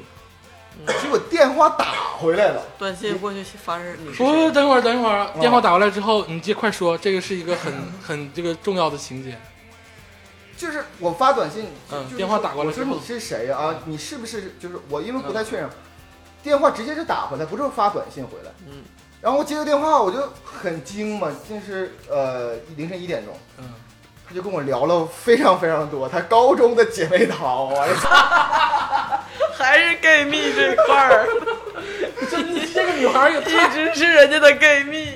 E: 结果电话打回来了。
C: 短信过去发誓你是
B: 不
C: 谁？
B: 等会儿等会儿，电话打过来之后，你接快说，这个是一个很
C: 嗯
B: 很这个重要的情节。
E: 就是我发短信，就
B: 嗯
E: 就是
B: 电话打过来
E: 我说
B: 之后嗯
E: 你是谁呀啊？你是不是就是我？因为不太确认，电话直接就打回来，不是发短信回来。
C: 嗯，
E: 然后我接个电话，我就很惊嘛，就是呃凌晨一点钟，
B: 嗯，
E: 他就跟我聊了非常非常多，他高中的姐妹淘，啊我
C: 还是 gay 蜜这块 儿，
B: 这你这个
C: 嗯
B: 女孩儿也太
C: 一直是人家的 gay 蜜，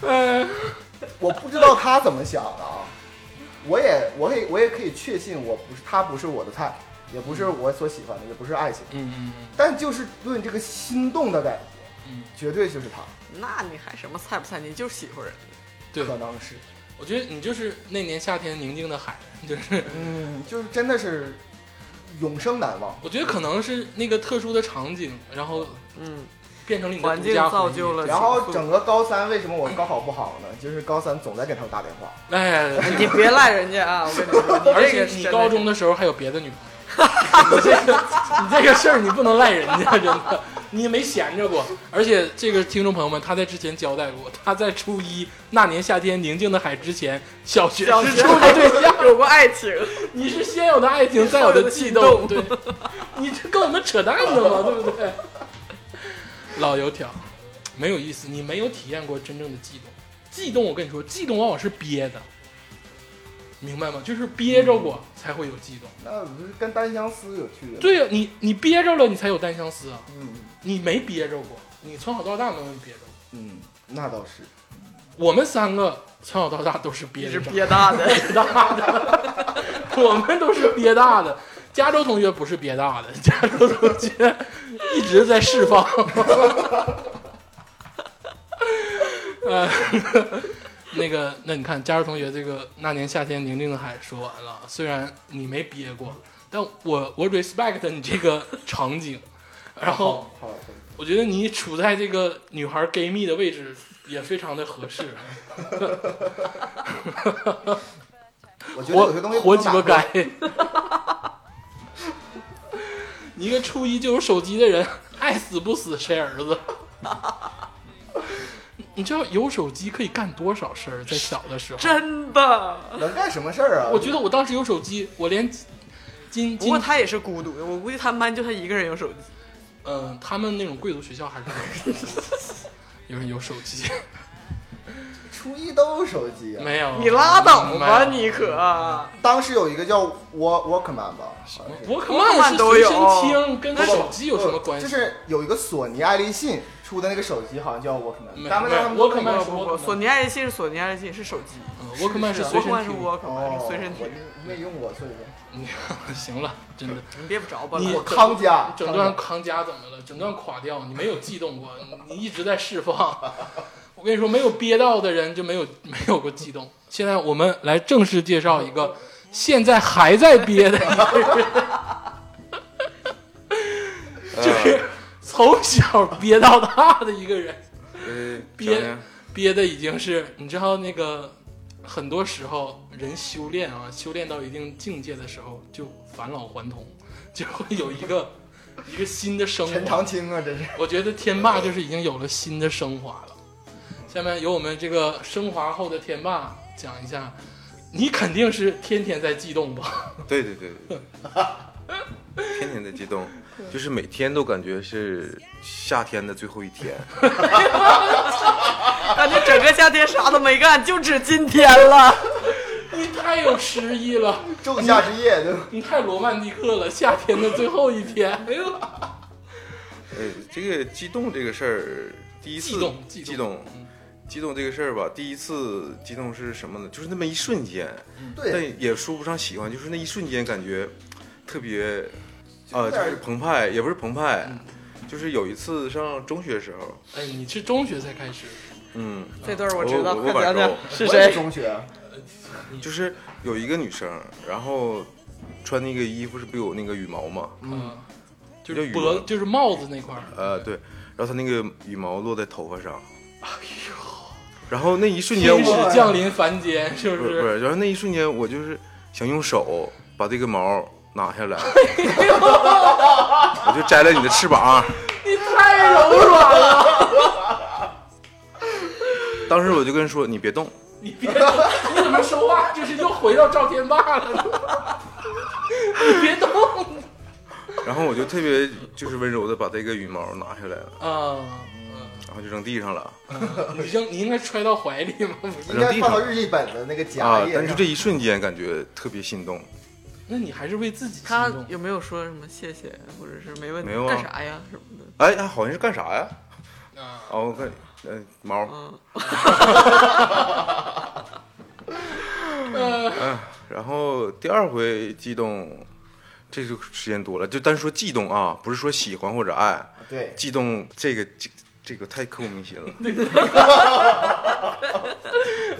B: 呃，
E: 我不知道他怎么想的啊。我也，我也，我也可以确信，我不是他不是我的菜，也不是我所喜欢的，也不是爱情，
B: 嗯嗯
E: 但就是论这个心动的感觉，
B: 嗯，
E: 绝对就是他，
C: 那你还什么菜不菜？你就是喜欢人，
B: 对，
E: 可能是，
B: 我觉得你就是那年夏天宁静的海，就是
E: 嗯，就是真的是永生难忘。
B: 我觉得可能是那个特殊的场景，然后
C: 嗯，
B: 变成了你的
C: 环
B: 独
C: 境
B: 家
C: 造
B: 回忆
C: 就了。
E: 然后整个高三，为什么我高考不好呢？就是高三总在给他们打电话，
B: 哎，
C: 你别赖人家啊！我跟你 说，你
B: 而
C: 这
B: 且
C: 个是
B: 你
C: 真的
B: 高中的时候还有别的女朋友，你这个 你这个事儿你不能赖人家，真的，你没闲着过。而且这个听众朋友们，他在之前交代过，他在初一那年夏天宁静的海之前，小学
C: 小
B: 是
C: 学
B: 处过对象。
C: 有过爱情，
B: 你是先有的爱情，再有的悸动，对， 你这跟我们扯淡呢嘛，对不对？老油条，没有意思，你没有体验过真正的悸动。悸动，我跟你说，悸动往往是憋的，明白吗？就是憋着过才会有悸动。
E: 那不是跟单相思有区别？，
B: 嗯对呀、你你憋着了，你才有单相思啊。
E: 嗯
B: 你没憋着过，你从小到大没有憋着过。
E: 嗯，那倒是。
B: 我们三个从小到大都是
C: 你
B: 憋
C: 是
B: 着
C: 憋大的。
B: 憋大的，我们都是憋大的。加州同学不是憋大的，加州同学一直在释放。呃， 那个，那你看，加州同学这个那年夏天宁静的海说完了，虽然你没憋过，但我我 respect 你这个场景，然后
E: 好，好，好
B: 我觉得你处在这个女孩 gay 蜜的位置也非常的合适，
E: 我觉得
B: 活
E: 有些东西不
B: 活
E: 能
B: 鸡
E: 打
B: 巴
E: 破
B: 该。 你一个初一就有手机的人，爱死不死谁儿子？ 你知道有手机可以干多少事儿？在小的时候，
C: 真的。
E: 能干什么事儿啊？
B: 我觉得我当时有手机，我连今
C: 不
B: 今
C: 过他也是孤独的，我估计他们班就他一个人有手机。
B: 嗯、他们那种贵族学校还是有手机有人有手机，
E: 初一都有手机啊。
B: 没有？
C: 你拉倒吧，
B: 没有
C: 你可啊
E: 当时有一个叫 Walk Walkman 吧，好像是
B: 我可
C: 我可
B: 慢
C: 慢
B: 是
C: 都
B: 随
C: 有
B: 身听，跟
E: 不不
B: 手机有什么关系？
E: 就是有一个索尼爱立信出的那个手机，好像叫 Walkman。
B: 没
E: 咱们
B: 没
E: 他们都
C: 不
B: Walkman
E: 没
C: 不
E: 有
B: 是
C: 不不，索尼爱立信是索尼爱立信是手机，
B: 嗯 Walkman 是
E: 是
B: 随
C: 我
B: 身
C: 管是
B: 听。
C: 我可
E: 哦
C: 能，是随身
E: 我
C: 听。
E: 没用过，所以说
B: 你 行了，真的，
C: 你别不着吧，
B: 你
E: 我康佳，
B: 整
E: 康
B: 段
E: 佳
B: 康佳怎么了？整段垮掉，你没有悸动过， 你你一直在释放。 我跟你说，没有憋到的人就没有没有过悸动。现在我们来正式介绍一个现在还在憋的 一个人，
D: 呃
B: 就是从小憋到大的一个人。
D: 呃，
B: 憋
D: 想想
B: 憋的已经是，你知道那个，很多时候人修炼啊，修炼到一定境界的时候，就返老还童，就会有一个一个新的升
E: 陈
B: 华。
E: 长青啊，这是
B: 我觉得天霸就是已经有了新的升华了。下面由我们这个升华后的天霸讲一下，你肯定是天天在悸动吧？
D: 对对对对对，天天在激 动，就是每天都感觉是夏天的最后一 天。
C: 感觉整个夏天啥都没干，就只今天了。
B: 你太有诗意了，
E: 仲夏之夜，对吧？
B: 你太罗曼蒂克了，夏天的最后一天。哎呦，
D: 呃，这个激动这个事儿，第一次
B: 悸动
D: 激
B: 激动
D: 动
B: 嗯
D: 激动这个事儿吧，第一次激动是什么呢？就是那么一瞬间，但
E: 嗯对，
D: 也说不上喜欢，就是那一瞬间感觉特别，啊，
E: 有
D: 就
E: 点
D: 是澎湃，也不是澎湃，
B: 嗯
D: 就是有一次上中学的时候，
B: 哎，你是中学才开始，
D: 嗯，
C: 这段
D: 我
C: 知道，
D: 我
C: 快
D: 我晚
C: 讲讲
D: 熟
C: 是
E: 我也
C: 谁？
E: 中学，啊
D: 就是有一个女生，然后穿那个衣服是不有那个羽毛嘛，
B: 嗯，就
D: 叫
B: 是
D: 羽
B: 脖
D: 绒
B: 就是帽子那块儿，
D: 呃，对，然后她那个羽毛落在头发上，哎呦，然后那一瞬间
B: 天
D: 我
B: 使降临凡间，是
D: 不
B: 不
D: 是不
B: 是？
D: 是，然后那一瞬间我就是想用手把这个毛拿 下来，我就摘了你的翅膀。啊
B: 你太柔软了，
D: 当时我就跟人说你别动，
B: 你别，你怎么说话就是又回到赵天霸了？你别动
D: 然后我就特别就是温柔的把这个羽毛拿下来了，
B: 啊！
D: 然后就扔地上了
B: 嗯你应你应该揣到怀里吗？不是
E: 应该放到日记本的那个
D: 啊
E: 夹！页
D: 但是
E: 上
D: 这。一瞬间感觉特别心动，
B: 那你还是为自己
C: 他
B: 心动。
C: 有没有说什么谢谢，或者是没问
D: 没有啊
C: 干啥呀什么的？
D: 哎，他好像是干啥呀？
B: 啊
D: 哦，我看，呃，毛，
C: 嗯，
D: 嗯，然后第二回激动，这就时间多了，就单说悸动啊，不是说喜欢或者爱，
E: 对，
D: 悸动这个这这个太刻骨铭心了。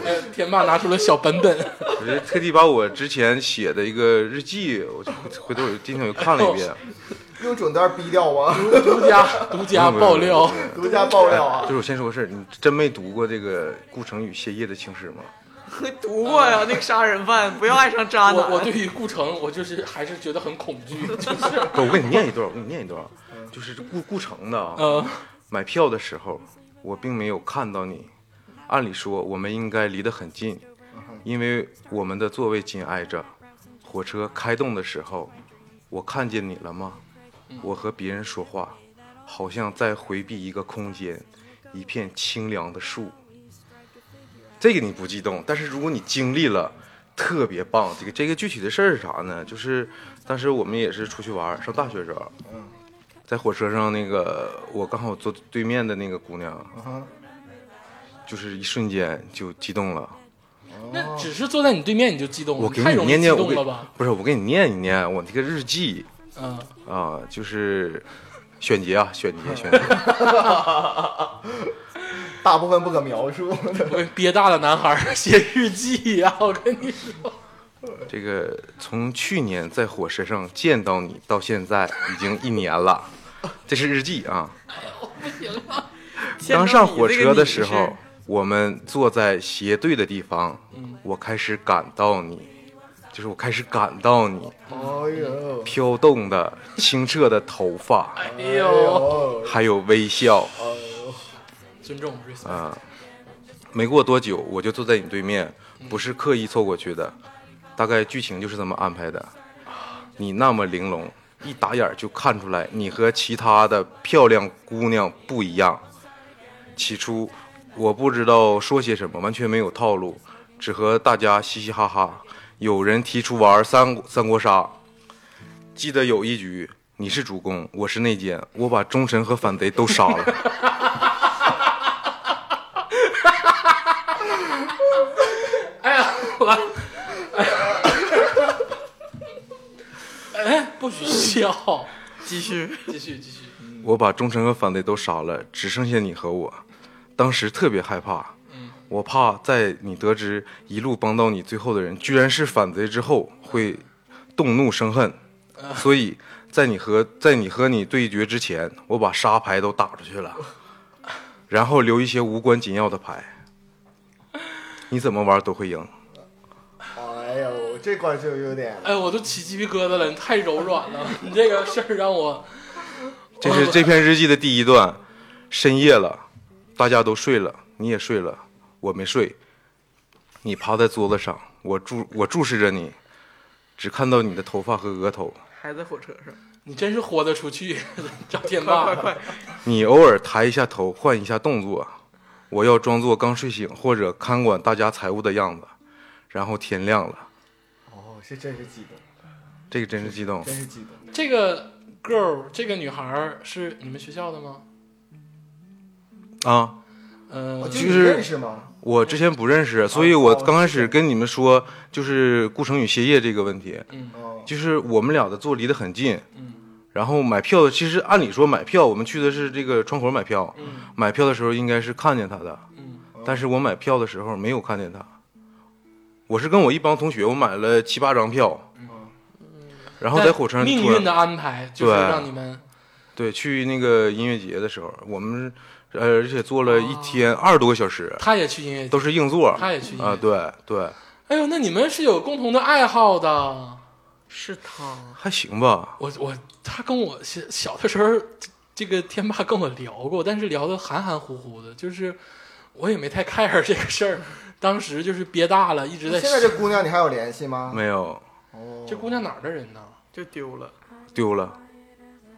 B: 哎天霸拿出了小本本，
D: 我就特地把我之前写的一个日记，我就回头我就今天我就看了一遍，
E: 用准段逼掉啊，
B: 独家 独家爆料，
E: 独家爆料
D: 哎就是
E: 啊！
D: 我先说个事儿，你真没读过这个顾城与谢烨的情诗吗？
C: 读过
D: 呃
C: 呀，那个杀人犯，不要爱上渣
B: 我我
C: 男。
B: 对于顾城，我就是还是觉得很恐 惧，就是
D: 不，我给你念一段，我给你念一段，啊就是这顾顾城的啊。
B: 呃，
D: 买票的时候，我并没有看到你，按理说我们应该离得很近，因为我们的座位紧挨着。火车开动的时候，我看见你了吗？我和别人说话，好像在回避一个空间，一片清凉的树。这个你不激动，但是如果你经历了，特别棒。这个这个具体的事儿是啥呢？就是当时我们也是出去玩儿，上大学时候，在火车上那个我刚好坐对面的那个姑娘，
B: 嗯
E: 哼
D: 就是一瞬间就激动了。
B: 那只是坐在你对面你就激动了，
D: 我给
B: 哦太
D: 你
B: 容易
D: 念
B: 激
D: 念，我
B: 动
D: 给
B: 了吧？
D: 不是我给你念一念我这个日记
B: 嗯，
D: 啊，就是选杰啊，选杰选杰。
E: 大部分不可描述。
B: 我憋大的男孩儿 写日记呀、我跟你说，
D: 这个从去年在火车上见到你到现在已经一年了，这是日记啊。
B: 不行了。
D: 刚上火车的时候，我们坐在斜对的地方，
B: 嗯
D: 我开始感到你，就是我开始感到你
E: 哎呦，
D: 飘动的清澈的头发，
B: 哎
E: 哎
B: 呦，
E: 呦，
D: 还有微笑
E: 哎呦，
B: 尊重 respect，、
D: 啊、没过多久，我就坐在你对面，不是刻意凑过去的，大概剧情就是这么安排的。你那么玲珑，一打眼儿就看出来你和其他的漂亮姑娘不一样。起初我不知道说些什么，完全没有套路，只和大家嘻嘻哈哈。有人提出玩三三国杀，记得有一局你是主公，我是内奸，我把忠臣和反贼都杀了。
B: 哎呀，我，哎，不许笑，
C: 继续，
B: 继续继续，
D: 我把忠臣和反贼都杀了，只剩下你和我。当时特别害怕，我怕在你得知一路帮到你最后的人居然是反贼之后，会动怒生恨。所以在你和在你和你对决之前，我把沙牌都打出去了，然后留一些无关紧要的牌。你怎么玩都会赢。
E: 哎呦，这块就有点，
B: 哎，我都起鸡皮疙瘩了，你太柔软了，你这个事儿让我，
D: 这是这篇日记的第一段。深夜了，大家都睡了，你也睡了，我没睡。你趴在桌子上，我注我注视着你，只看到你的头发和额头。
C: 还在火车上，
B: 你真是豁得出去， 张天霸，
C: 快快快，
D: 你偶尔抬一下头，换一下动作。我要装作刚睡醒或者看管大家财务的样子。然后天亮了，
E: 哦，这真是激动，
D: 这个真是激动
E: 真。是激动，
B: 这个 girl 这个女孩儿是你们学校的吗？嗯、
D: 啊！
E: 哦
B: 呃，
E: 就
D: 就是
E: 你认识吗？
D: 我之前不认识，所以我刚开始跟你们说，就是顾城与谢烨这个问题。
E: 哦，
D: 就是我们俩的座离得很近，
B: 嗯，
D: 然后买票，其实按理说买票，我们去的是这个窗口买票，
B: 嗯
D: 买票的时候应该是看见他的，
B: 嗯
D: 但是我买票的时候没有看见他，我是跟我一帮同学，我买了七八张票，然后在火车上
B: 但命
D: 突然
B: 运的安排就是
D: 对
B: 让你们
D: 对去那个音乐节的时候，我们呃而且坐了一天二十多个小时，
B: 他也去音乐节，
D: 都是硬座，
B: 哦他也去音乐
D: 啊，
B: 节
D: 对对，
B: 哎呦，那你们是有共同的爱好的。
C: 是他，
D: 还行吧，
B: 我我他跟我小小的时候，这这个天霸跟我聊过，但是聊的含含糊糊的，就是我也没太 care 这个事儿。当时就是憋大了，一直在
E: 现在这姑娘你还有联系吗？
D: 没有
E: 哦，
B: 这姑娘哪儿的人呢？
C: 就丢了，
D: 丢了，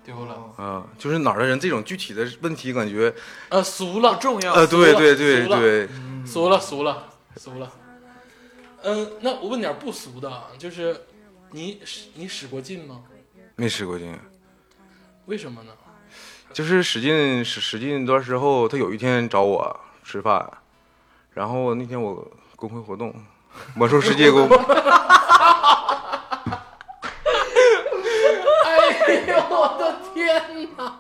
B: 丢了，
E: 哦
D: 啊，就是哪儿的人这种具体的问题，感觉
B: 呃，俗
C: 不
B: 了，
C: 重要，
D: 呃，对
B: 了
D: 对对
B: 俗了
D: 对，
B: 俗了，俗了，俗了。嗯，那我问点不俗的啊，就是你使你使过劲吗？
D: 没使过劲，
B: 为什么呢？
D: 就是使劲使使劲一段时候，他有一天找我吃饭，然后那天我公会活动，魔兽世 界公，
B: 哎呦，我的天哪！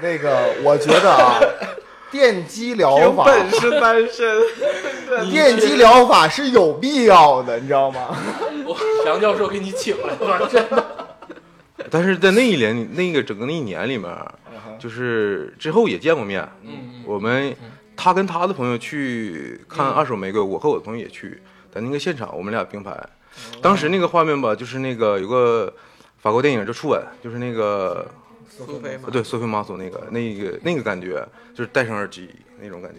E: 那个我觉得 啊，电击疗法，
C: 本是单身，
E: 电击疗法是有必要的，你知道吗？
B: 我 杨教授给你请来了， 真的。
D: 但是在那一年那个整个那一年里面，
E: 哼
D: 就是之后也见过面，
B: 嗯
D: 我们他跟他的朋友去看二手玫瑰，我和我的朋友也去，在那个现场我们俩并排，
B: 哦
D: 当时那个画面吧，就是那个有个法国电影叫《初吻》，就是那个。
C: 苏菲吗？
D: 对，，索菲玛索那个那个那个感觉，就是戴上耳机那种感觉。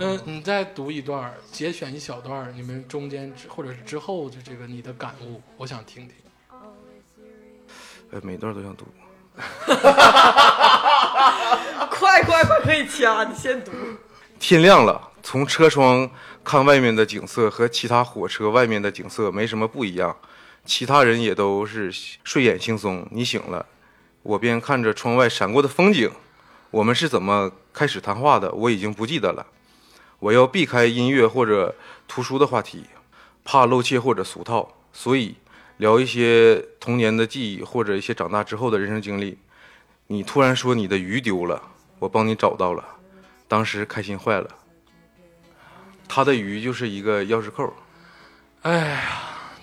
B: 嗯，你再读一段儿，节选一小段儿，你们中间之或者是之后的这个你的感悟，我想听听。
D: 呃，每段都想读。
C: 啊快快快，可以掐，你先读，
D: 天亮了，从车窗看外面的景色和其他火车外面的景色没什么不一样，其他人也都是睡眼惺忪。你醒了，我便看着窗外闪过的风景。我们是怎么开始谈话的，我已经不记得了。我要避开音乐或者图书的话题，怕露怯或者俗套，所以聊一些童年的记忆或者一些长大之后的人生经历。你突然说你的鱼丢了，我帮你找到了。当时开心坏了。他的鱼就是一个钥匙扣，
B: 哎呀，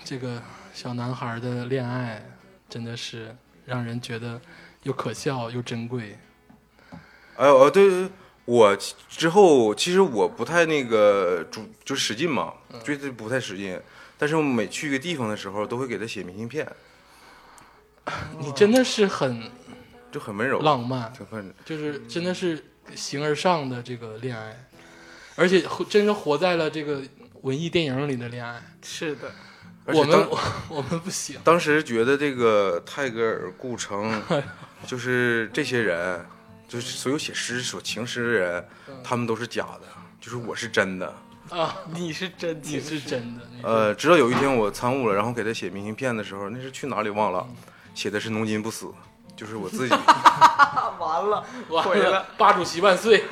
B: 这个小男孩儿的恋爱真的是让人觉得又可笑又珍贵。
D: 哎呦，呃，对对，对我其之后其实我不太那个主，就使劲嘛，追的不太使劲。但是我每去一个地方的时候，都会给他写明信片，
B: 你真的是很
D: 就很温柔，
B: 浪漫，
D: 挺很
B: 就是真的是形而上的这个恋爱，而且活真是活在了这个文艺电影里的恋爱。
C: 是的，
D: 而且
B: 我们
D: 当
B: 我 我们不行，
D: 当时觉得这个泰戈尔、顾 城，就是这些人，就是所有写诗、所情诗的人，他们都是假的，就是我是真的。
C: 啊你是真
B: 你
C: 情，
B: 是真的，你
D: 呃，直到有一天我参悟了，然后给他写明信片的时候，那是去哪里忘了，写的是“农金不死”，就是 我自己。啊
C: 完了，
B: 完
C: 毁
B: 了
C: 了，，
B: 霸主席万岁！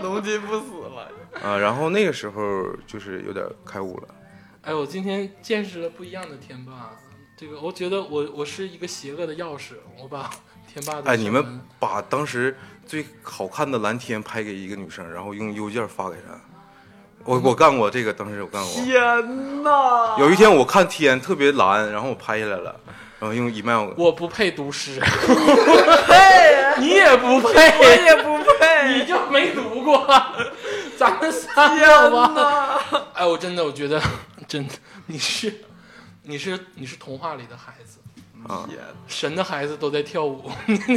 C: 农金不死了。
D: 啊，然后那个时候就是有点开悟了。
B: 哎，我今天见识了不一样的天霸，这个我觉得我我是一个邪恶的钥匙，我把天霸的
D: 哎，你
B: 手
D: 们
B: 纹
D: 把当时最好看的蓝天拍给一个女生，然后用邮件发给她。我我干过这个，当时我干过。
C: 天哪！
D: 有一天我看天特别蓝，然后我拍下来了，然后用 email。
B: 我不配读 诗，你也不配，
C: 也不
B: 你
C: 配。
B: 就没读过，咱们三
C: 天
B: 个吧。
C: 哪！
B: 哎，我真的，我觉得真的，你是你是你是童话里的孩子，
D: 啊
C: 天，
B: 神的孩子都在跳舞，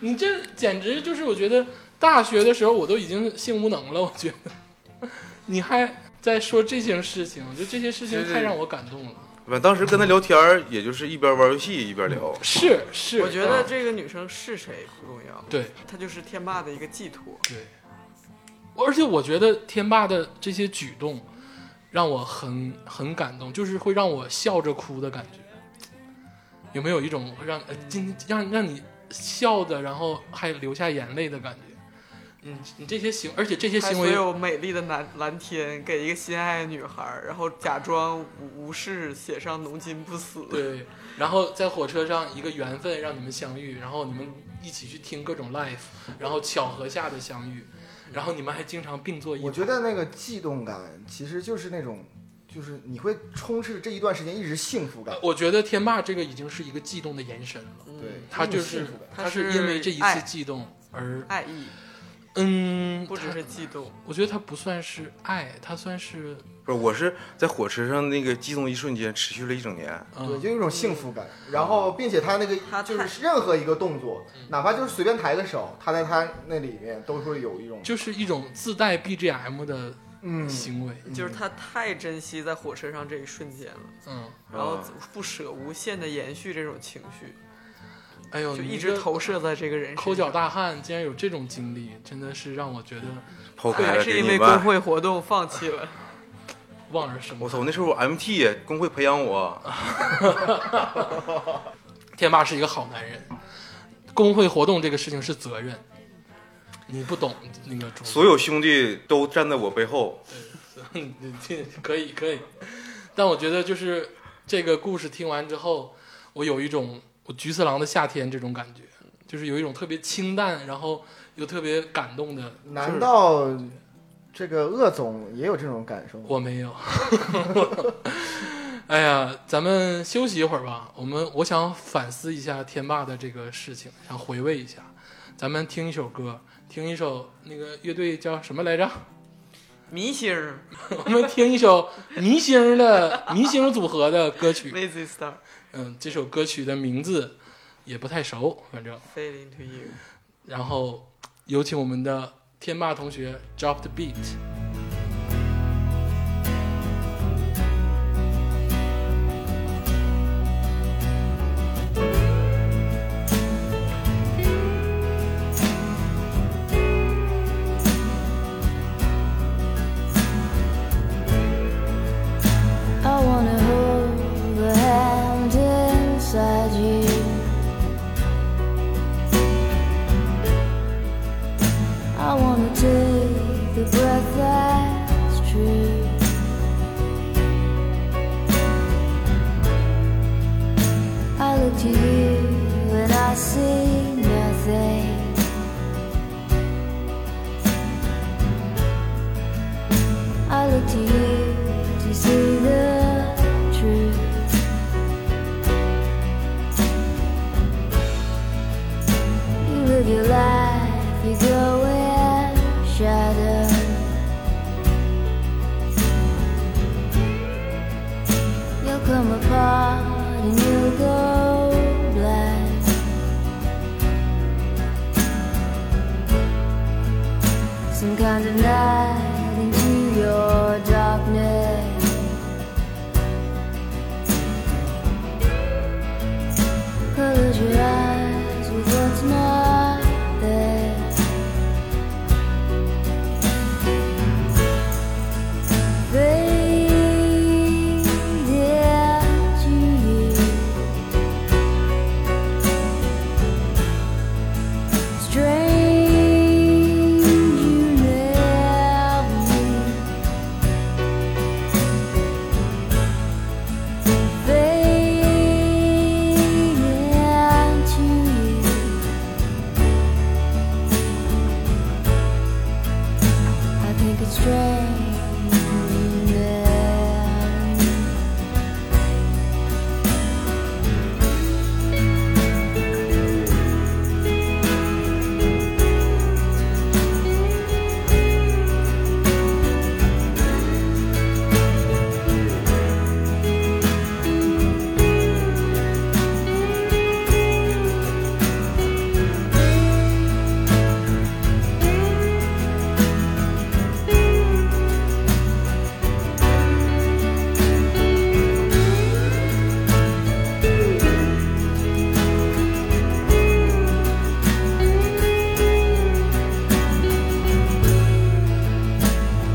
B: 你这简直就是我觉得大学的时候我都已经性无能了，我觉得你还在说这些事情，我觉得这些事情
D: 是是
B: 太让我感动了。
D: 反正当时跟他聊天儿，也就是一边玩游戏一边聊。
B: 是是，
C: 我觉得这个女生是谁不重要，
B: 对
C: 她就是天霸的一个寄托。
B: 对，我而且我觉得天霸的这些举动让我很很感动，就是会让我笑着哭的感觉。有没有一种让呃今让让你笑的，然后还流下眼泪的感觉？你你这些行，而且这些
C: 她
B: 行
C: 嗯所
B: 为
C: 有美丽的蓝蓝天给一个心爱的女孩，然后假装无无视，写上农金不死。
B: 对，然后在火车上一个缘分让你们相遇，然后你们一起去听各种 live，然后巧合下的相遇，然后你们还经常并坐一
E: 我
B: 堂。
E: 觉得那个悸动感其实就是那种，就是你会充斥这一段时间一直幸福感
B: 呃，我觉得天霸这个已经是一个悸动的延伸了。
C: 嗯
E: 对，
B: 他就
E: 幸
B: 是
E: 福感。
B: 他
C: 他
B: 是
C: 是
B: 因为这一
C: 爱
B: 次悸动而
C: 爱意
B: 嗯，
C: 不只
B: 他
C: 是悸动，
B: 我觉得他不算是爱，他算是
D: 不是，我是在火车上那个激动一瞬间，持续了一整年。
E: 对，
B: 嗯
E: 就有一种幸福感，然后，并且他那个
C: 他
E: 就
C: 太
E: 是任何一个动作，
B: 嗯
E: 哪怕就是随便抬个手，他在他那里面都会有一种
B: 就是一种自带 BGM 的
E: 嗯，
B: 行为，
E: 嗯
C: 就是她太珍惜在火车上这一瞬间了，
B: 嗯，
C: 然后
D: 啊
C: 不舍无限的延续这种情绪，
B: 哎呦，
C: 就
B: 你
C: 一
B: 这
C: 直投射在这个人身上。
B: 抠脚大汉竟然有这种经历，真的是让我觉得
D: 抛开
C: 还
D: 了
C: 是
D: 给
C: 因
D: 你
C: 为工
D: 吧。
C: 会活动放弃了。
B: 望而生
D: 我
B: 叹。
D: 操！那时候我 MT 工会培养我，
B: 天霸是一个好男人，工会活动这个事情是责任，你不懂那个主。
D: 所有兄弟都站在我背后。
B: 嗯，你这可以可以，但我觉得就是这个故事听完之后，我有一种我菊次郎的夏天这种感觉，就是有一种特别清淡，然后又特别感动的。
E: 难道这个鄂总也有这种感受吗？
B: 我没有， 哎呀，咱们休息一会儿吧。我们我想反思一下天霸的这个事情，想回味一下。咱们听一首歌，听一首那个乐队叫什么来着？
C: 明星儿
B: 我们听一首明星的明星组合的歌曲。
C: Lazy Star
B: 嗯，这首歌曲的名字也不太熟，反正。
C: Fade into You。
B: 然后有请我们的天霸同学 drop the beat。
F: I wanna hold the hand inside you. I wanna take the breath that's true. I look to you and I see nothing. I look to you to see the truth. You live your life come apart and you go blind. Some kind of light into your darkness. Close your eyes with what's not there. Strange you never knew I think it's strange.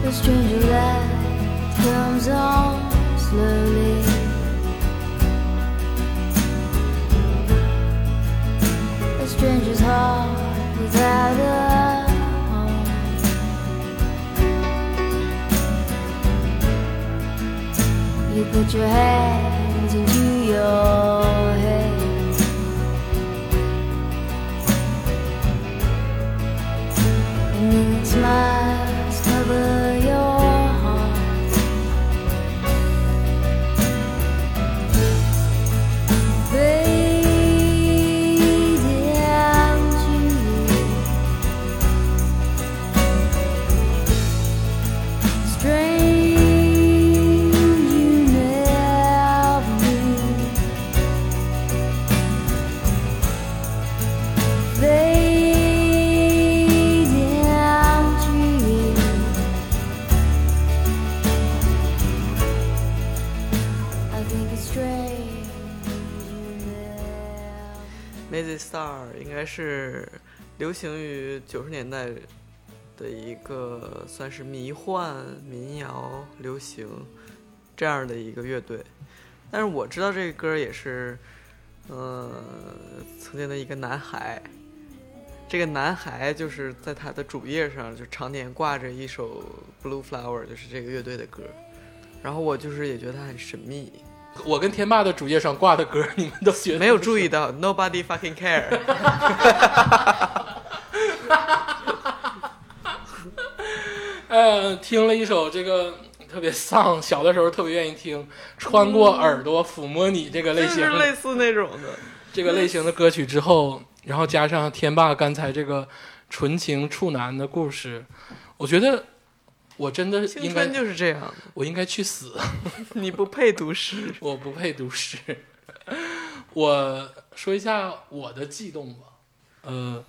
F: The stranger light comes on slowly. A stranger's heart without a home. You put your hands into your head. And then smiles cover your heart. Fade out you. Strange you never knew. Fading out you. I think it's strange you never
C: Magic Star 应该是流行于九十年代的一个算是迷幻、民谣、流行这样的一个乐队。但是我知道这个歌也是，呃，曾经的一个男孩。这个男孩就是在他的主页上就常年挂着一首《Blue Flower》，就是这个乐队的歌。然后我就是也觉得他很神秘，
B: 我跟天霸的主页上挂的歌，你们都 学
C: 没有注意到 Nobody fucking care。
B: 呃，听了一首这个特别丧，小的时候特别愿意听《穿过耳朵抚摸你》这个类型
C: 就
B: 的，
C: 是类似那种的。
B: 这个类型的歌曲之后，然后加上天霸刚才这个纯情处男的故事，我觉得我真的
C: 青
B: 应该
C: 春，就是这样的，
B: 我应该去死，
C: 你不配读诗。
B: 我不配读诗。 我说一下我的悸动吧，呃，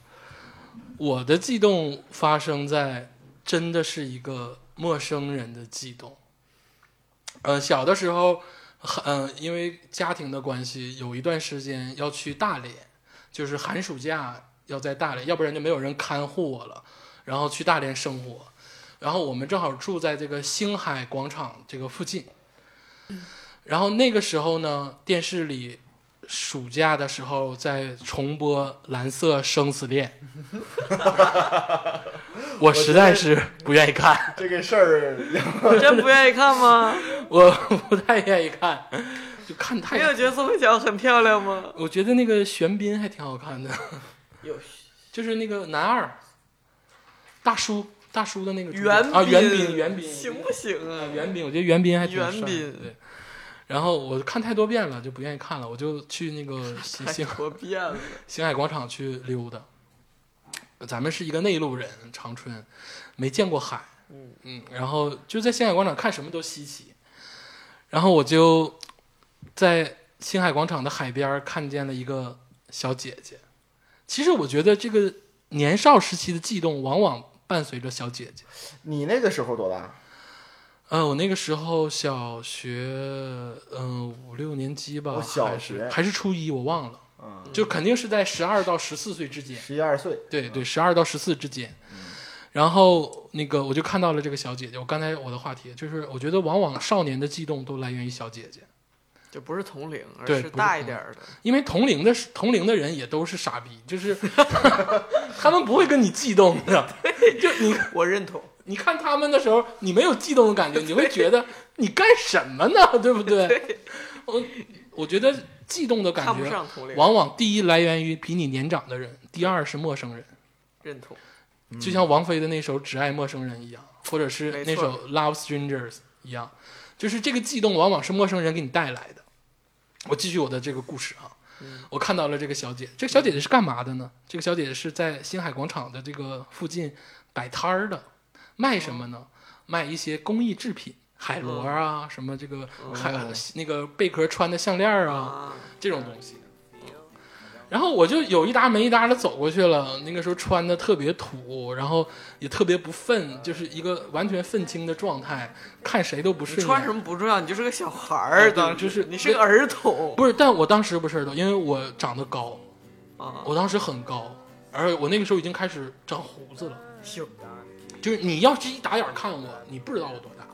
B: 我的悸动发生在真的是一个陌生人的悸动。呃，小的时候，嗯、呃，因为家庭的关系，有一段时间要去大连，就是寒暑假要在大连，要不然就没有人看护我了，然后去大连生活。然后我们正好住在这个星海广场这个附近。然后那个时候呢，电视里暑假的时候在重播《蓝色生死恋》， 我实在是不愿意看。
E: 这个事儿，
C: 真不愿意看吗？
B: 我不太愿意看，就看
C: 没
B: 太。
C: 有觉得宋慧乔很漂亮 吗？
B: 我觉得那个玄彬还挺好看的，
C: 有
B: 就是那个男二，大叔大叔的那个主角
C: 袁
B: 啊袁
C: 彬，
B: 彬袁彬
C: 行不行啊？
B: 袁彬，我觉得袁彬还挺帅的
C: 袁彬
B: 对。然后我看太多遍了，就不愿意看了，我就去那个 星
C: 太
B: 星
C: 多哎变了。
B: 星海广场去溜达。咱们是一个内陆人，长春没见过海，嗯嗯然后就在星海广场看什么都稀奇。然后我就在星海广场的海边儿看见了一个小姐姐。其实我觉得这个年少时期的悸动，往往伴随着小姐姐。
E: 你那个时候多大？
B: 呃，我那个时候小学，嗯、五六年级吧，
E: 哦小
B: 还是
E: 学
B: 还是初一，我忘了，
E: 嗯，
B: 就肯定是在十二到十四岁之间。
E: 十一二岁。
B: 对对，十二到十四之间。
C: 嗯
B: 然后那个我就看到了这个小姐姐。我刚才我的话题就是，我觉得往往少年的悸动都来源于小姐姐，
C: 就不是同龄，而
B: 对
C: 是
B: 不是
C: 大一
B: 同
C: 点儿的。
B: 因为同龄的同龄的人也都是傻逼，就是 他们不会跟你悸动的。就你
C: 我认同，
B: 你看他们的时候，你没有悸动的感觉，你会觉得你干什么呢？对不对？我我觉得悸动的感
C: 看不
B: 觉
C: 上同龄，
B: 往往第一来源于比你年长的人，第二是陌生人。
C: 认同。
B: 就像王菲的那首《只爱陌生人》一样，或者是
C: 嗯没
B: 那
C: 错
B: 首《Love Strangers》一样，就是这个悸动往往是陌生人给你带来的。我继续我的这个故事啊，
C: 嗯
B: 我看到了这个小姐，这个小姐姐是干嘛的呢？这个小姐姐是在星海广场的这个附近摆摊儿的，卖什么呢？
C: 哦
B: 卖一些工艺制品，海螺啊，
C: 嗯
B: 什么这个海、
C: 哦
B: 那个贝壳穿的项链儿啊
C: 啊，
B: 这种东西。嗯然后我就有一搭没一搭的走过去了，那个时候穿的特别土，然后也特别不愤，就是一个完全愤青的状态，看谁都不
C: 你
B: 顺眼。
C: 穿什么不重要，你就是个小孩儿，
B: 啊对
C: 当时
B: 就是
C: 你是个儿童。
B: 不是，但我当时不是的，因为我长得高，
C: 啊，
B: 我当时很高，而我那个时候已经开始长胡子了。
C: 行，
B: 就是你要是一打眼儿看我，你不知道我多大。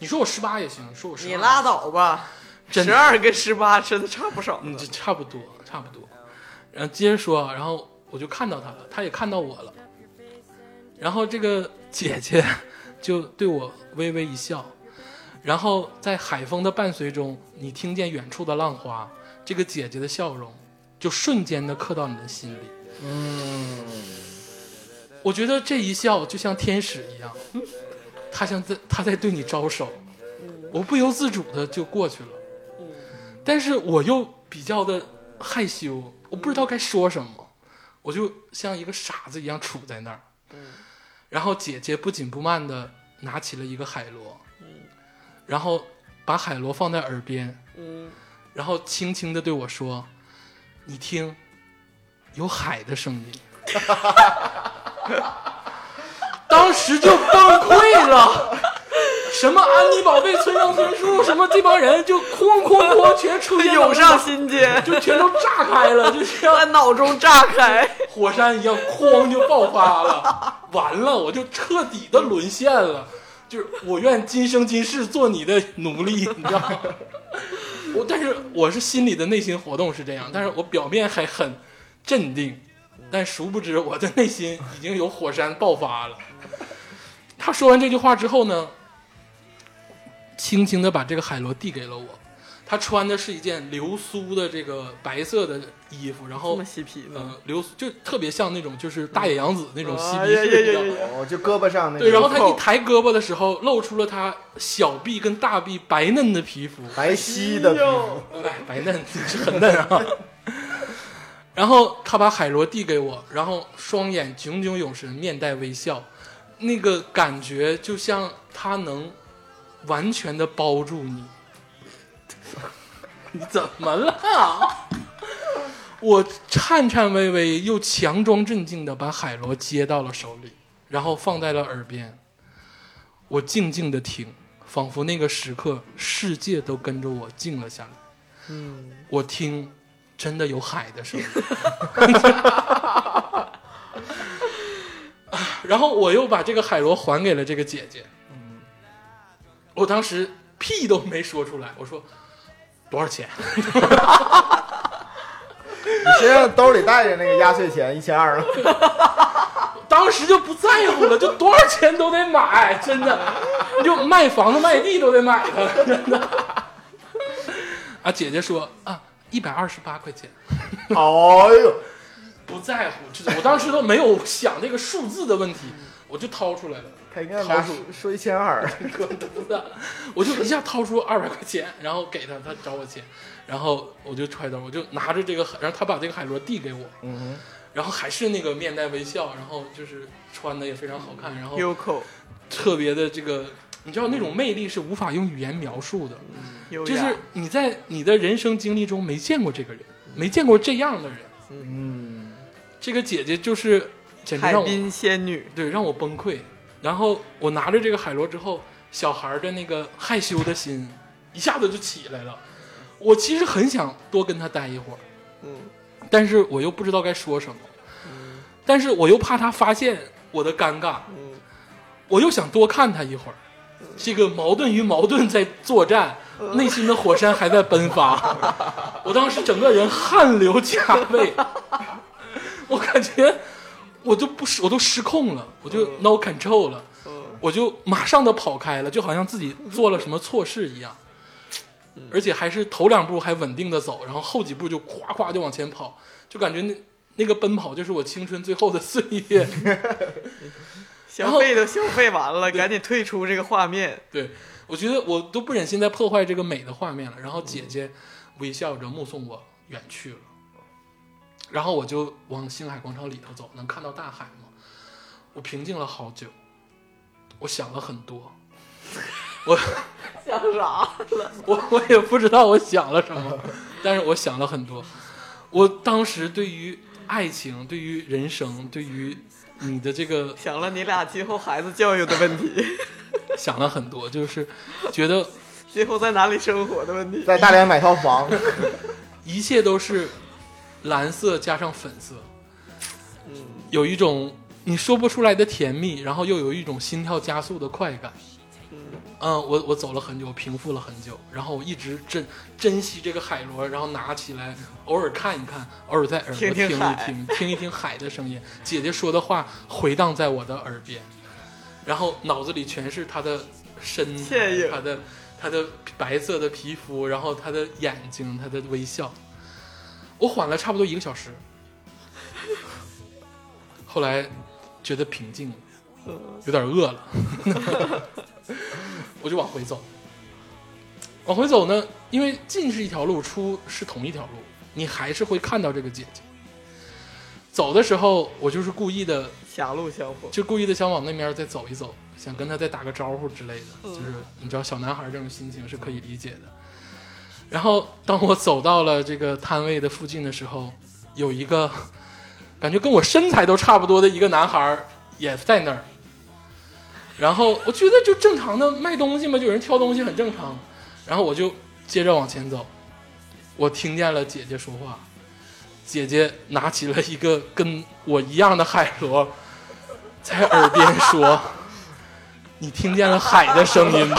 B: 你说我十八也行，说我十
C: 你拉倒吧，
B: 真的
C: 十二跟十八真的差不少
B: 嗯，
C: 呢
B: 这。差不多，差不多。然后接着说啊，然后我就看到他了，他也看到我了。然后这个姐姐就对我微微一笑，然后在海风的伴随中，你听见远处的浪花，这个姐姐的笑容就瞬间的刻到你的心里。嗯，我觉得这一笑就像天使一样，她像在她在对你招手，我不由自主的就过去了。但是我又比较的害羞，我不知道该说什么，我就像一个傻子一样杵在那儿。然后姐姐不紧不慢的拿起了一个海螺，然后把海螺放在耳边，
C: 嗯，
B: 然后轻轻的对我说：“你听，有海的声 音。”当时就崩溃了，什么安妮宝贝、村上春树，什么这帮人就哐哐哐全出 现在我
C: 涌
B: 的脑
C: 上心间，
B: 就全都炸开了，就
C: 在
B: 像
C: 脑中炸开。
B: 火山一样，哐就爆发了。 完了，我就彻底的沦陷了，就是我愿今生今世做你的奴隶，你知道 吗？我但是我是心里的内心活动是这样，但是我表面还很镇定，但殊不知我的内心已经有火山爆发了。他说完这句话之后呢，轻轻的把这个海螺递给了我。他穿的是一件流苏的这个白色的衣服，然
C: 这
B: 后
C: 么嬉皮呢
B: 呃，？流苏就特别像那种就是大野洋子那种哦嬉皮
C: 哎呀
B: 士
C: 呀呀
B: 一
C: 呀
B: 样。
E: 哦，就胳膊上那个。
B: 对，然后他一
C: 扣
B: 抬胳膊的时候，露出了他小臂跟大臂白嫩的皮肤，
E: 白皙的皮肤，
B: 哎，白嫩是很嫩啊。然后他把海螺递给我，然后双眼炯炯有神，面带微笑，那个感觉就像他能完全的包住你。 你怎么了？我颤颤巍巍又强装镇静的把海螺接到了手里，然后放在了耳边。我静静的听，仿佛那个时刻，世界都跟着我静了下来。嗯，我听，真的有海的声音。然后我又把这个海螺还给了这个姐姐。我当时屁都没说出来，我说多少钱？
E: 你身上兜里带着那个压岁钱一千二，
B: 当时就不在乎了，就多少钱都得买，真的，你就卖房子卖地都得买它，真的。啊，姐姐说啊，一百二十八块钱，
E: 哎呦，
B: 不在乎，就是我当时都没有想这个数字的问题，我就掏出来了。
E: 他应该拿
B: 掏
E: 说说一千二，
B: 滚犊子！ 我就一下掏出二百块钱，然后给他，他找我钱，然后我就揣兜，我就拿着这个海，然后他把这个海螺递给我，
E: 嗯
B: 然后还是那个面带微笑，然后就是穿的也非常好看，然后
C: ，Yoko，
B: 特别的这个你知道那种魅力是无法用语言描述的，
E: 嗯
C: 优
B: 就
C: 雅
B: 是你在你的人生经历中没见过这个人，没见过这样的人。
E: 嗯，
B: 这个姐姐就是简直
C: 海
B: 让我
C: 滨仙女，
B: 对，让我崩溃。然后我拿着这个海螺之后，小孩儿的那个害羞的心一下子就起来了。我其实很想多跟他待一会儿，
C: 嗯，
B: 但是我又不知道该说什么，但是我又怕他发现我的尴尬，
C: 嗯
B: 我又想多看他一会儿。这个矛盾与矛盾在作战，
C: 嗯
B: 内心的火山还在迸发。 我当时整个人汗流浃背，我感觉我就不失，我都失控了，我就 no control 了，我就马上的跑开了，就好像自己做了什么错事一样，而且还是头两步还稳定的走，然后后几步就咵咵就往前跑，就感觉那那个奔跑就是我青春最后的岁月。然
C: 消
B: 后
C: 费都消费完了，赶紧退出这个画面。
B: 对，我觉得我都不忍心再破坏这个美的画面了。然后姐姐微笑着目送我远去了，然后我就往星海广场里头走，能看到大海吗？我平静了好久，我想了很多，我
C: 想啥？
B: 我我也不知道我想了什么，但是我想了很多。我当时对于爱情、对于人生、对于你的这个
C: 想了你俩今后孩子教育的 问题，
B: 想了很多，就是觉得
C: 今后在哪里生活的问题。
E: 在大连买套房，
B: 一切都是蓝色加上粉色，
C: 嗯
B: 有一种你说不出来的甜蜜，然后又有一种心跳加速的快感。嗯，我我走了很久，平复了很久，然后我一直珍珍惜这个海螺，然后拿起来，偶尔看一看，偶尔在耳朵
C: 听
B: 听
C: 听
B: 一听，
C: 海
B: 听一听海的声音，姐姐说的话回荡在我的耳边，然后脑子里全是她的身
C: 倩
B: 体，
C: 影
B: 她的她的白色的皮肤，然后她的眼睛，她的微笑。我缓了差不多一个小 时，后来觉得平静了，
C: 嗯
B: 有点饿了， 我就往回走。往回走呢，因为进是一条路，出是同一条路，你还是会看到这个姐姐。走的时候，我就是故意的，
C: 狭路相逢，
B: 就故意的想往那边再走一走，想跟她再打个招呼之类的，就是你知道小男孩这种心情是可以理解的。然后当我走到了这个摊位的附近的时候，有一个感觉跟我身材都差不多的一个男孩儿也在那儿。然后我觉得就正常的卖东西嘛，就有人挑东西很正常。然后我就接着往前走，我听见了姐姐说话，姐姐拿起了一个跟我一样的海螺，在耳边说：“你听见了海的声 音吗？”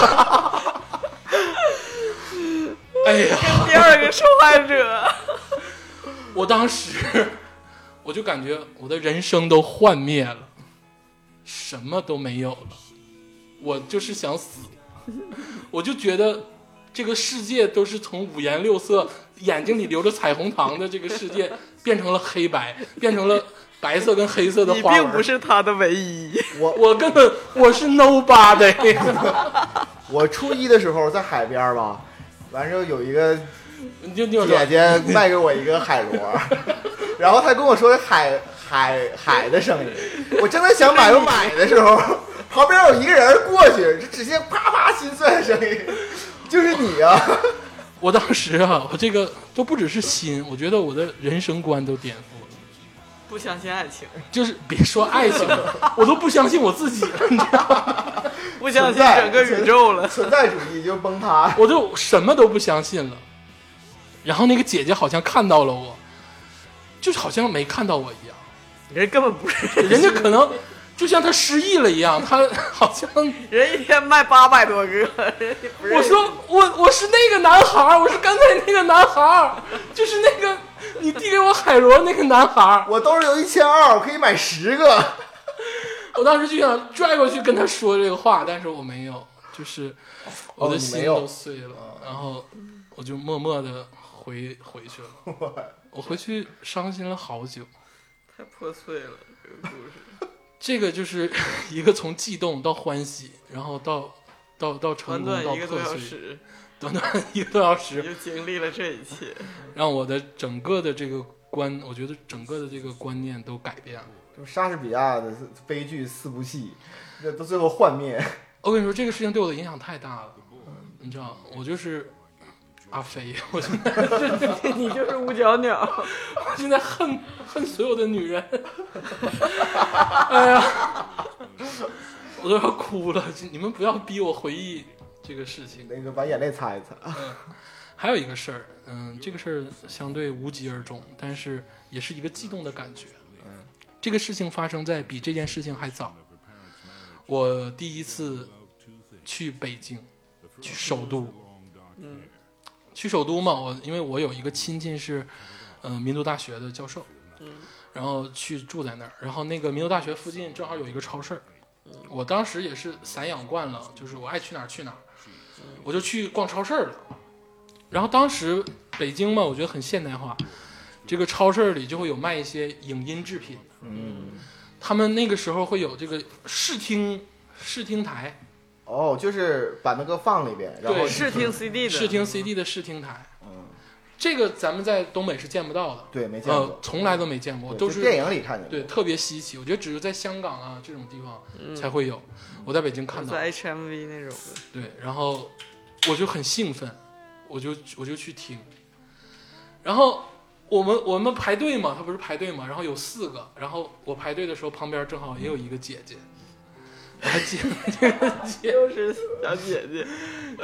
B: 哎呀，
C: 第二个受害者。
B: 我当时我就感觉我的人生都幻灭了，什么都没有了，我就是想死，我就觉得这个世界都是从五颜六色、眼睛里流着彩虹糖的这个世 界，变成了黑白，变成了白色跟黑色的
C: 你
B: 花纹。
C: 并不，是他的唯一，
E: 我
B: 我根本我是 nobody，
E: 我初一的时候在海边儿吧，完之后有一个
B: 你就你就
E: 姐姐卖给我一个海螺，然后她跟我说海海海的声音，我正在想买不买的时候，旁边有一个人过去，就直接啪啪心碎的声音，就是你啊！
B: 我当时啊，我这个都不只是心，我觉得我的人生观都颠覆了。
C: 不相信爱情，
B: 就是别说爱情了，我都不相信我自己了，你知道吗？
C: 不相信整个宇宙了。
E: 存在主义就崩塌。
B: 我就什么都不相信了。然后那个姐姐好像看到了我，就是好像没看到我一样，
C: 人根本不是，
B: 人家可能就像她失忆了一样，她好像
C: 人一天卖八百多个，人家不是
B: 我说我我是那个男孩儿，我是刚才那个男孩儿，就是那个你递给我海螺那个男孩儿，
E: 我兜里有一千二，我可以买十个。
B: 我当时就想拽过去跟他说这个话，但是我没有，就是我的
E: 哦你
B: 心
E: 没有啊
B: 都碎了，然后我就默默的回回去 了。我回去伤心了好久。
C: 太破碎了，这个故事。
B: 这个就是 一个从悸动到欢喜，然后到到到成功
C: 短短
B: 到
C: 一个多
B: 破
C: 小
B: 碎，
C: 时，
B: 短短一个多小
C: 你
B: 时，
C: 就经历了这一切。
B: 让我的整个的这个观，我觉得整个的这个观念都改变了。
E: 就莎士比亚的悲剧四部戏，这都最后幻灭。
B: 我跟你说，这个事情对我的影响太大了，你知道，我就是阿飞，我现在
C: 你就是五角鸟，
B: 我现在恨恨所有的女人， 哎呀，我都要哭了，你们不要逼我回忆这个事情。
E: 那个把眼泪擦一擦。
B: 还有一个事儿，嗯，这个事儿相对无疾而终，但是也是一个悸动的感觉。这个事情发生在比这件事情还早，我第一次去北京，去首都，
C: 嗯，
B: 去首都嘛，我因为我有一个亲戚是，嗯、民族大学的教授，
C: 嗯，
B: 然后去住在那儿，然后那个民族大学附近正好有一个超市儿，我当时也是散养惯了，就是我爱去哪儿去哪儿，我就去逛超市儿了。然后当时北京嘛，我觉得很现代化，这个超市里就会有卖一些影音制品，
E: 嗯，
B: 他们那个时候会有这个视听视听台，
E: 哦，就是把那个放里边，然后
B: 对
C: 试听 CD 的，
B: 视听 CD 的视听台，
E: 嗯，
B: 这个咱们在东北是见不到的，
E: 对，没见
B: 呃
E: 过，，
B: 从来都没见过，
E: 对
B: 都
E: 就是电影里看见过。
B: 对，特别稀奇。我觉得只有在香港啊这种地方
C: 嗯
B: 才会有，我在北京看到。
C: 在 HMV 那种的，
B: 对，然后我就很兴奋，我就我就去听。然后我们我们排队嘛，他不是排队嘛，然后有四个，然后我排队的时候旁边正好也有一个姐姐，我还记得这个姐
C: 就是小姐姐，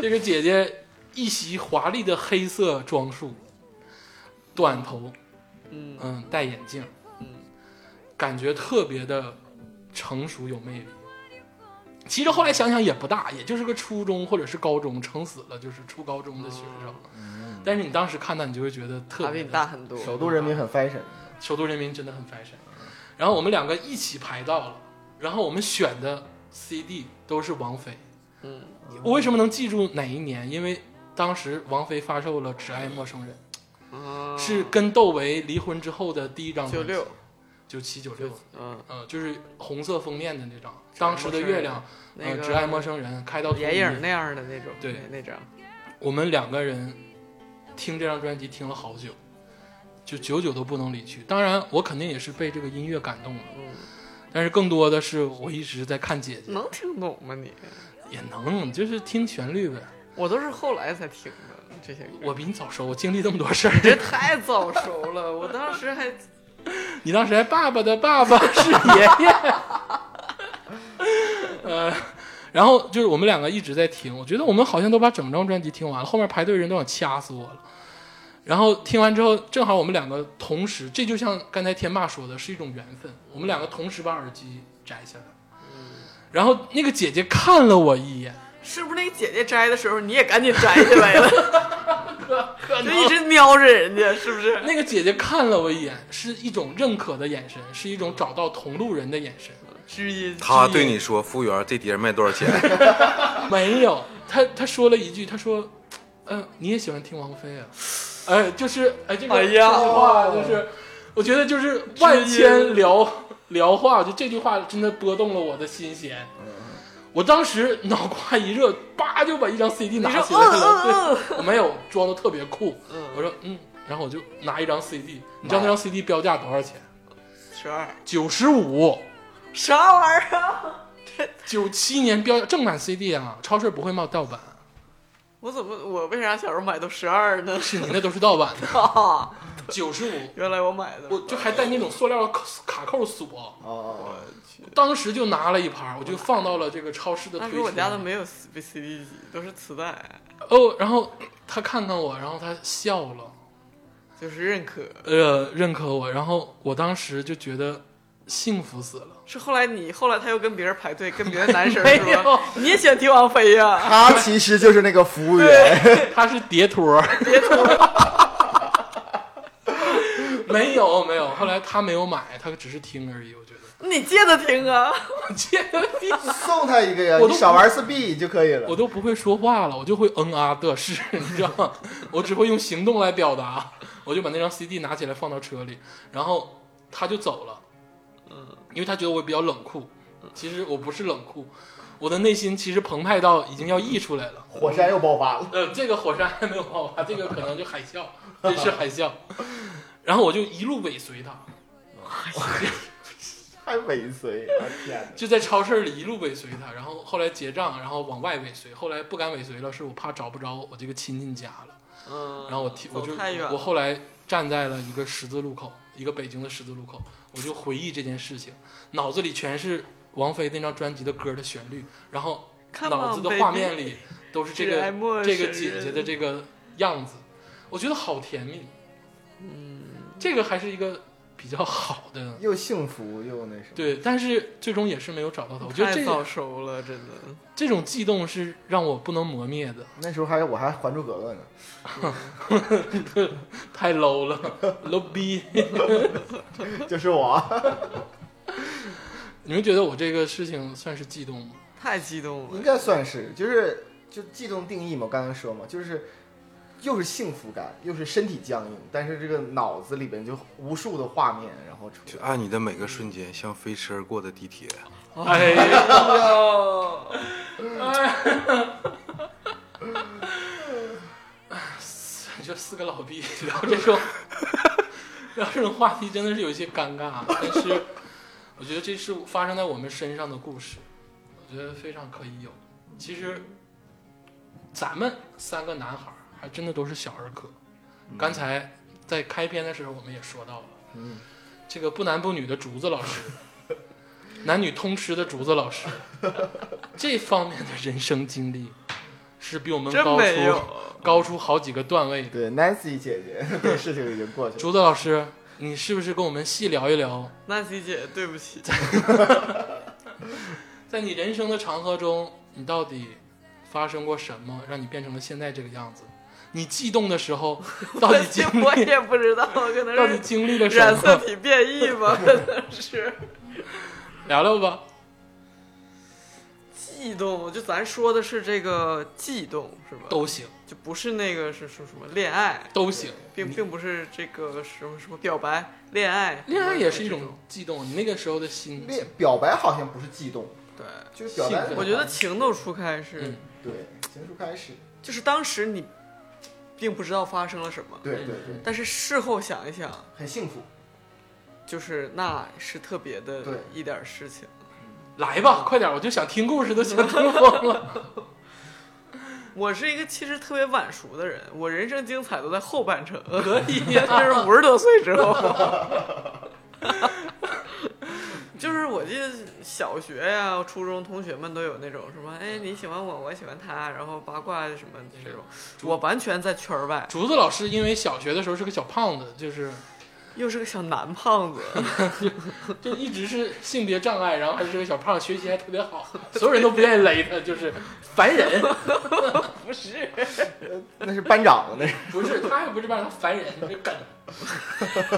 B: 这个姐姐一袭华丽的黑色装束，短头，
C: 嗯
B: 嗯，戴眼镜，
C: 嗯，
B: 感觉特别的成熟有魅力。其实后来想想也不大，也就是个初中或者是高中，撑死了就是初高中的学生。但是你当时看到，你就会觉得特
C: 她
B: 别
C: 比
B: 的
C: 你哦大，很多，
E: 首都人民很 fashion，
B: 首都人民真的很 fashion。然后我们两个一起排到了，然后我们选的 CD 都是王菲。
C: 嗯，
B: 我为什么能记住哪一年？因为当时王菲发售了《只爱陌生人》，
C: 啊
B: 是跟窦唯离婚之后的第一张
C: 九
B: 专辑，
C: 六，
B: 九七九六，
C: 嗯，
B: 嗯，就是红色封面的那张。当时的月亮，
C: 那
B: 呃，
C: 个
B: 只爱陌生人，开到
C: 眼影那样的那种，
B: 对
C: 那那张，
B: 我们两个人听这张专辑听了好久，就久久都不能离去。当然，我肯定也是被这个音乐感动了，
C: 嗯，
B: 但是更多的是我一直在看姐姐，
C: 能听懂吗你？
B: 也能就是听旋律呗。
C: 我都是后来才听的这些歌，
B: 我比你早熟，我经历这么多事儿。
C: 这太早熟了，我当时还
B: 你当时还爸爸的爸爸是爷爷，呃，然后就是我们两个一直在听，我觉得我们好像都把整张专辑听完了，后面排队人都想掐死我了。然后听完之后，正好我们两个同时，这就像刚才天霸说的，是一种缘分。我们两个同时把耳机摘下来，然后那个姐姐看了我一眼，
C: 是不是那个姐姐摘的时候，你也赶紧摘下来了？ 就一直瞄着人家，是不是？
B: 那个姐姐看了我一眼，是一种认可的眼神，是一种找到同路人的眼神。
C: 知音，
D: 他对你说：“服务员，这碟卖多少钱
B: 没有，他他说了一句，他说，嗯、你也喜欢听王菲啊？哎，就是哎，这个
C: 哎呀
B: 这句话就是，我觉得就是万千聊聊话，就这句话真的拨动了我的心弦。
C: 嗯
B: 我当时脑瓜一热，叭就把一张 CD 拿
C: 你说
B: 起来了，
C: 嗯嗯
B: 对，我没有装的特别酷，
C: 嗯
B: 我说嗯，然后我就拿一张 CD，你知道那张 CD 标价多少钱？
C: 十二，
B: 九十五，
C: 啥玩意儿啊？
B: 九七年标价正版 CD 啊，超市不会卖盗版，
C: 我怎么我为啥小时候买都十二呢？
B: 是你那都是盗版的，
C: 啊，
B: 九十五。
C: 原来我买的，
B: 我就还带那种塑料卡卡扣锁，
E: 哦哦，
B: 当时就拿了一盘儿，我就放到了这个超市的
C: 那
B: 推
C: 时
B: 车
C: 候
B: 里。
C: 我家都没有 C CD 机，都是磁带，
B: 哦，然后他看看我，然后他笑了，
C: 就是认可。
B: 呃，认可我，然后我当时就觉得幸福死了。
C: 是后来你后来他又跟别人排队，跟别的男 生
B: 没有
C: 说你也喜欢听王菲呀？
E: 他其实就是那个服务员，
B: 他是叠托，叠托。 没有没有，后来他没有买，他只是听而已。我觉得
C: 你借着听啊？
B: 我借的 地方
E: 送他一个呀，
B: 我都
E: 你少玩四 B 就可以了
B: 我。都不会说话了，我就会嗯啊的是， 你知道吗？我只会用行动来表达。我就把那张 CD 拿起来放到车里，然后他就走了。嗯，因为他觉得我比较冷酷，其实我不是冷酷，我的内心其实澎湃到已经要溢出来了。
E: 火山又爆发了，
B: 呃，这个火山还没有爆发，这个可能就海 啸，这是海啸。然后我就一路尾随他，
E: 太尾随，我天哪！
B: 就在超市里一路尾随他，然后后来结账，然后往外尾随，后来不敢尾随了，是我怕找不着我这个亲戚家了。
C: 嗯，
B: 然后我提，我
C: 走
B: 就
C: 太远了，
B: 我后来站在了一个十字路口，一个北京的十字路口，我就回忆这件事情，脑子里全是王菲那张专辑的歌的旋律，然后
C: Come
B: 脑
C: on,
B: 子的画
C: baby
B: 面里都是这
C: 只爱
B: 个
C: 陌
B: 这个
C: 生
B: 姐姐
C: 人
B: 的这个样子，我觉得好甜蜜。嗯，这个还是一个比较好的。
E: 又幸福又那什么。，
B: 对，但是最终也是没有找到他。我觉得
C: 太
B: 这
C: 早
B: 个
C: 熟了，真的。
B: 这种悸动是让我不能磨灭的，
E: 那时候还我还《还珠格格》呢，
B: 太 low 了，low 逼。
E: 就是我。
B: 你们觉得我这个事情算是悸动吗？
C: 太激动
E: 应
C: 了，
E: 该算是，就是就悸动定义嘛，我刚刚说嘛，就是又是幸福感，又是身体僵硬，但是这个脑子里边就无数的画面，然后出
D: 就爱你的每个瞬间，像飞驰而过的地铁。
B: 哎呀， 你说四个老逼 聊这种聊这种话题，真的是有一些尴尬。啊但是我觉得这是发生在我们身上的故事，我觉得非常可以有。其实咱们三个男孩儿还真的都是小儿科。刚才在开篇的时候我们也说到了，
E: 嗯，
B: 这个不男不女的竹子老师，男女通吃的竹子老师，这方面的人生经历是比我们
C: 真
B: 高
C: 没
B: 出
C: 有。
B: 高出好几个段位的。
E: 对 Nancy 姐姐，这个事情已经 过去了。
B: 竹子老师，你是不是跟我们细聊一聊，
C: Nancy 姐，对不起，
B: 在你人生的长河中，你到底发生过什么，让你变成了现在这个样子？你悸动的时 候，到底经
C: 我
B: 历
C: 也不知道，可 能
B: 到底
C: 是
B: 经历了什
C: 染色
B: 么？
C: 体变异吧，可能是
B: 聊聊吧。
C: 悸动。就咱说的是这个悸动是吧？
B: 都行，
C: 就不是那个是说什么恋爱，
B: 都行。
C: 并并不是这个什么什么表白、恋爱，
B: 恋爱也是一
C: 这
B: 种悸动，你那个时候的心
E: 恋表白好像不是悸动，
C: 对。
E: 就是表白
B: 兴奋。
C: 我觉得情窦初开是，
B: 嗯
E: 对，情书开始，
C: 就是当时你并不知道发生了什么，
E: 对对对，
C: 但是事后想一想，
E: 很幸福。
C: 就是那是特别的
E: 对
C: 一点儿事情。
B: 来吧，快点，我就想听故事，都想听 疯了。
C: 我是一个其实特别晚熟的人，我人生精彩都在后半程，所以 就是五十多岁之后。就是我记得小学呀、初中同学们都有那种什么，哎，你喜欢我，我喜欢他，然后八卦什么这种。我完全在圈儿外，
B: 竹子老师因为小学的时候是个小胖子，就是
C: 又是个小男胖子，
B: 就一直是性别障碍，然后还是个小胖，学习还特别好，所有人都不愿意勒他，就是烦人。
C: 不是，
E: 那是班长， 那是
B: 不是，他也不是班长，他烦人，你这梗，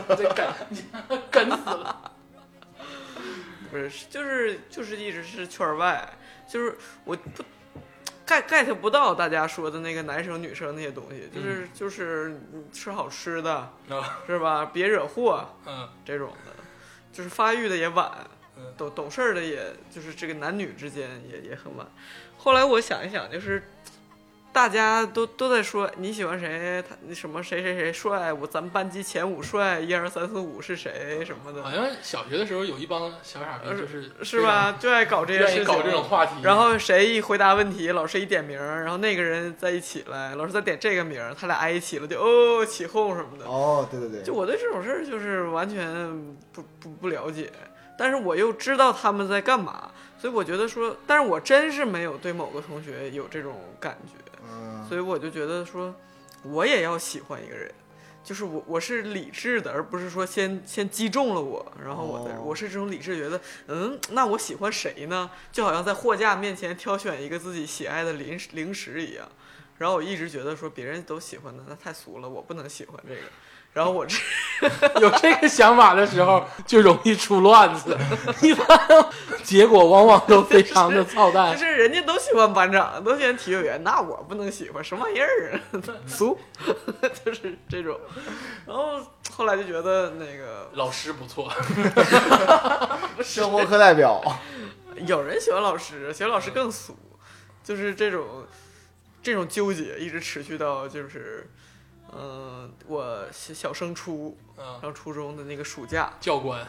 B: 你这梗，你梗死了。
C: 不是，就是就是一直是圈儿外，就是我不 get get 不到大家说的那个男生女生那些东西，就是、就是吃好吃的
B: 嗯啊，
C: 是吧？别惹祸
B: 嗯，
C: 这种的，就是发育的也晚
B: 嗯，
C: 懂懂事儿的也就是这个男女之间也也很晚。后来我想一想，就是。大家都都在说你喜欢谁，他你什么谁谁谁帅，我咱们班级前五帅，一二三四五是谁什么的，
B: 好像小学的时候有一帮小傻逼，就是
C: 呃是吧？？就爱搞这些事
B: 愿
C: 情，
B: 意搞这种话题，
C: 然后谁一回答问题，老师一点名儿，然后那个人在一起了，老师再点这个名儿，他俩挨一起了，就哦起哄什么的。
E: 哦，对对对，
C: 就我对这种事儿就是完全不不不了解，但是我又知道他们在干嘛，所以我觉得说，但是我真是没有对某个同学有这种感觉，
E: 嗯，
C: 所以我就觉得说，我也要喜欢一个人。就是我，我是理智的，而不是说先先击中了我，然后我的、
E: 哦
C: 我是这种理智，觉得嗯，那我喜欢谁呢？就好像在货架面前挑选一个自己喜爱的零食零食一样。然后我一直觉得说别人都喜欢的，那太俗了，我不能喜欢这个。然后我这
B: 有这个想法的时候，就容易出乱子，一般结果往往都非常的操
C: 就
B: 蛋。
C: 是人家都喜欢班长，都喜欢体育员，那我不能喜欢什么玩意儿啊， 俗，就是这种。然后后来就觉得那个
B: 老师不错，
E: 生活课代表，
C: 有人喜欢老师，喜欢
B: 嗯
C: 老师更俗，就是这种这种纠结一直持续到就是呃，我小小升初
B: 嗯，
C: 上初中的那个暑假，
B: 教官，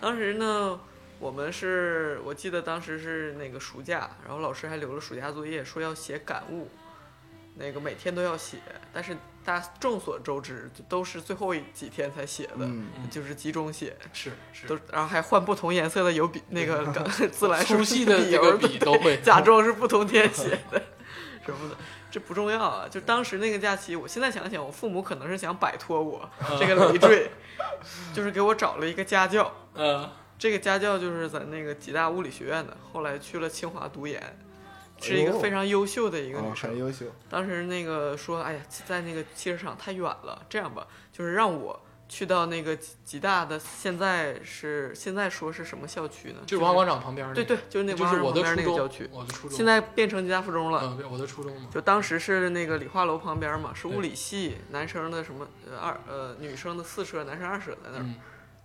C: 当时呢，我们是我记得当时是那个暑假，然后老师还留了暑假作业，说要写感悟，那个每天都要写，但是大家众所周知，都是最后几天才写的，
E: 嗯
C: 就是集中写，
B: 是是，
C: 都然后还换不同颜色的油笔，那个 钢自来水
B: 粗细的
C: 笔
B: 这
C: 油
B: 个笔都 会
C: 假装是不同天写的 什么的，这不重要啊。就当时那个假期，我现在想想，我父母可能是想摆脱我
E: 嗯
C: 这个累赘， 就是给我找了一个家教。
B: 呃，
C: 这个家教就是咱那个吉大物理学院的，后来去了清华读研，是一个非常优秀的一个
E: 哦
C: 女生
E: 很。优秀，
C: 当时那个说，哎呀，在那个汽车厂太远了，这样吧，就是让我去到那个吉吉大的，现在是现在说是什么校区呢？
B: 就是文化广场旁边儿那
C: 对
B: 个，
C: 对，就是那
B: 就是我的初
C: 旁边那个
B: 中，
C: 郊区，
B: 我的初中，
C: 现在变成吉大附中了。
B: 嗯，我的初中嘛，
C: 就当时是那个理化楼旁边嘛，是物
B: 对
C: 理系男生的什么呃二呃女生的四舍，男生二舍在那儿、
B: 嗯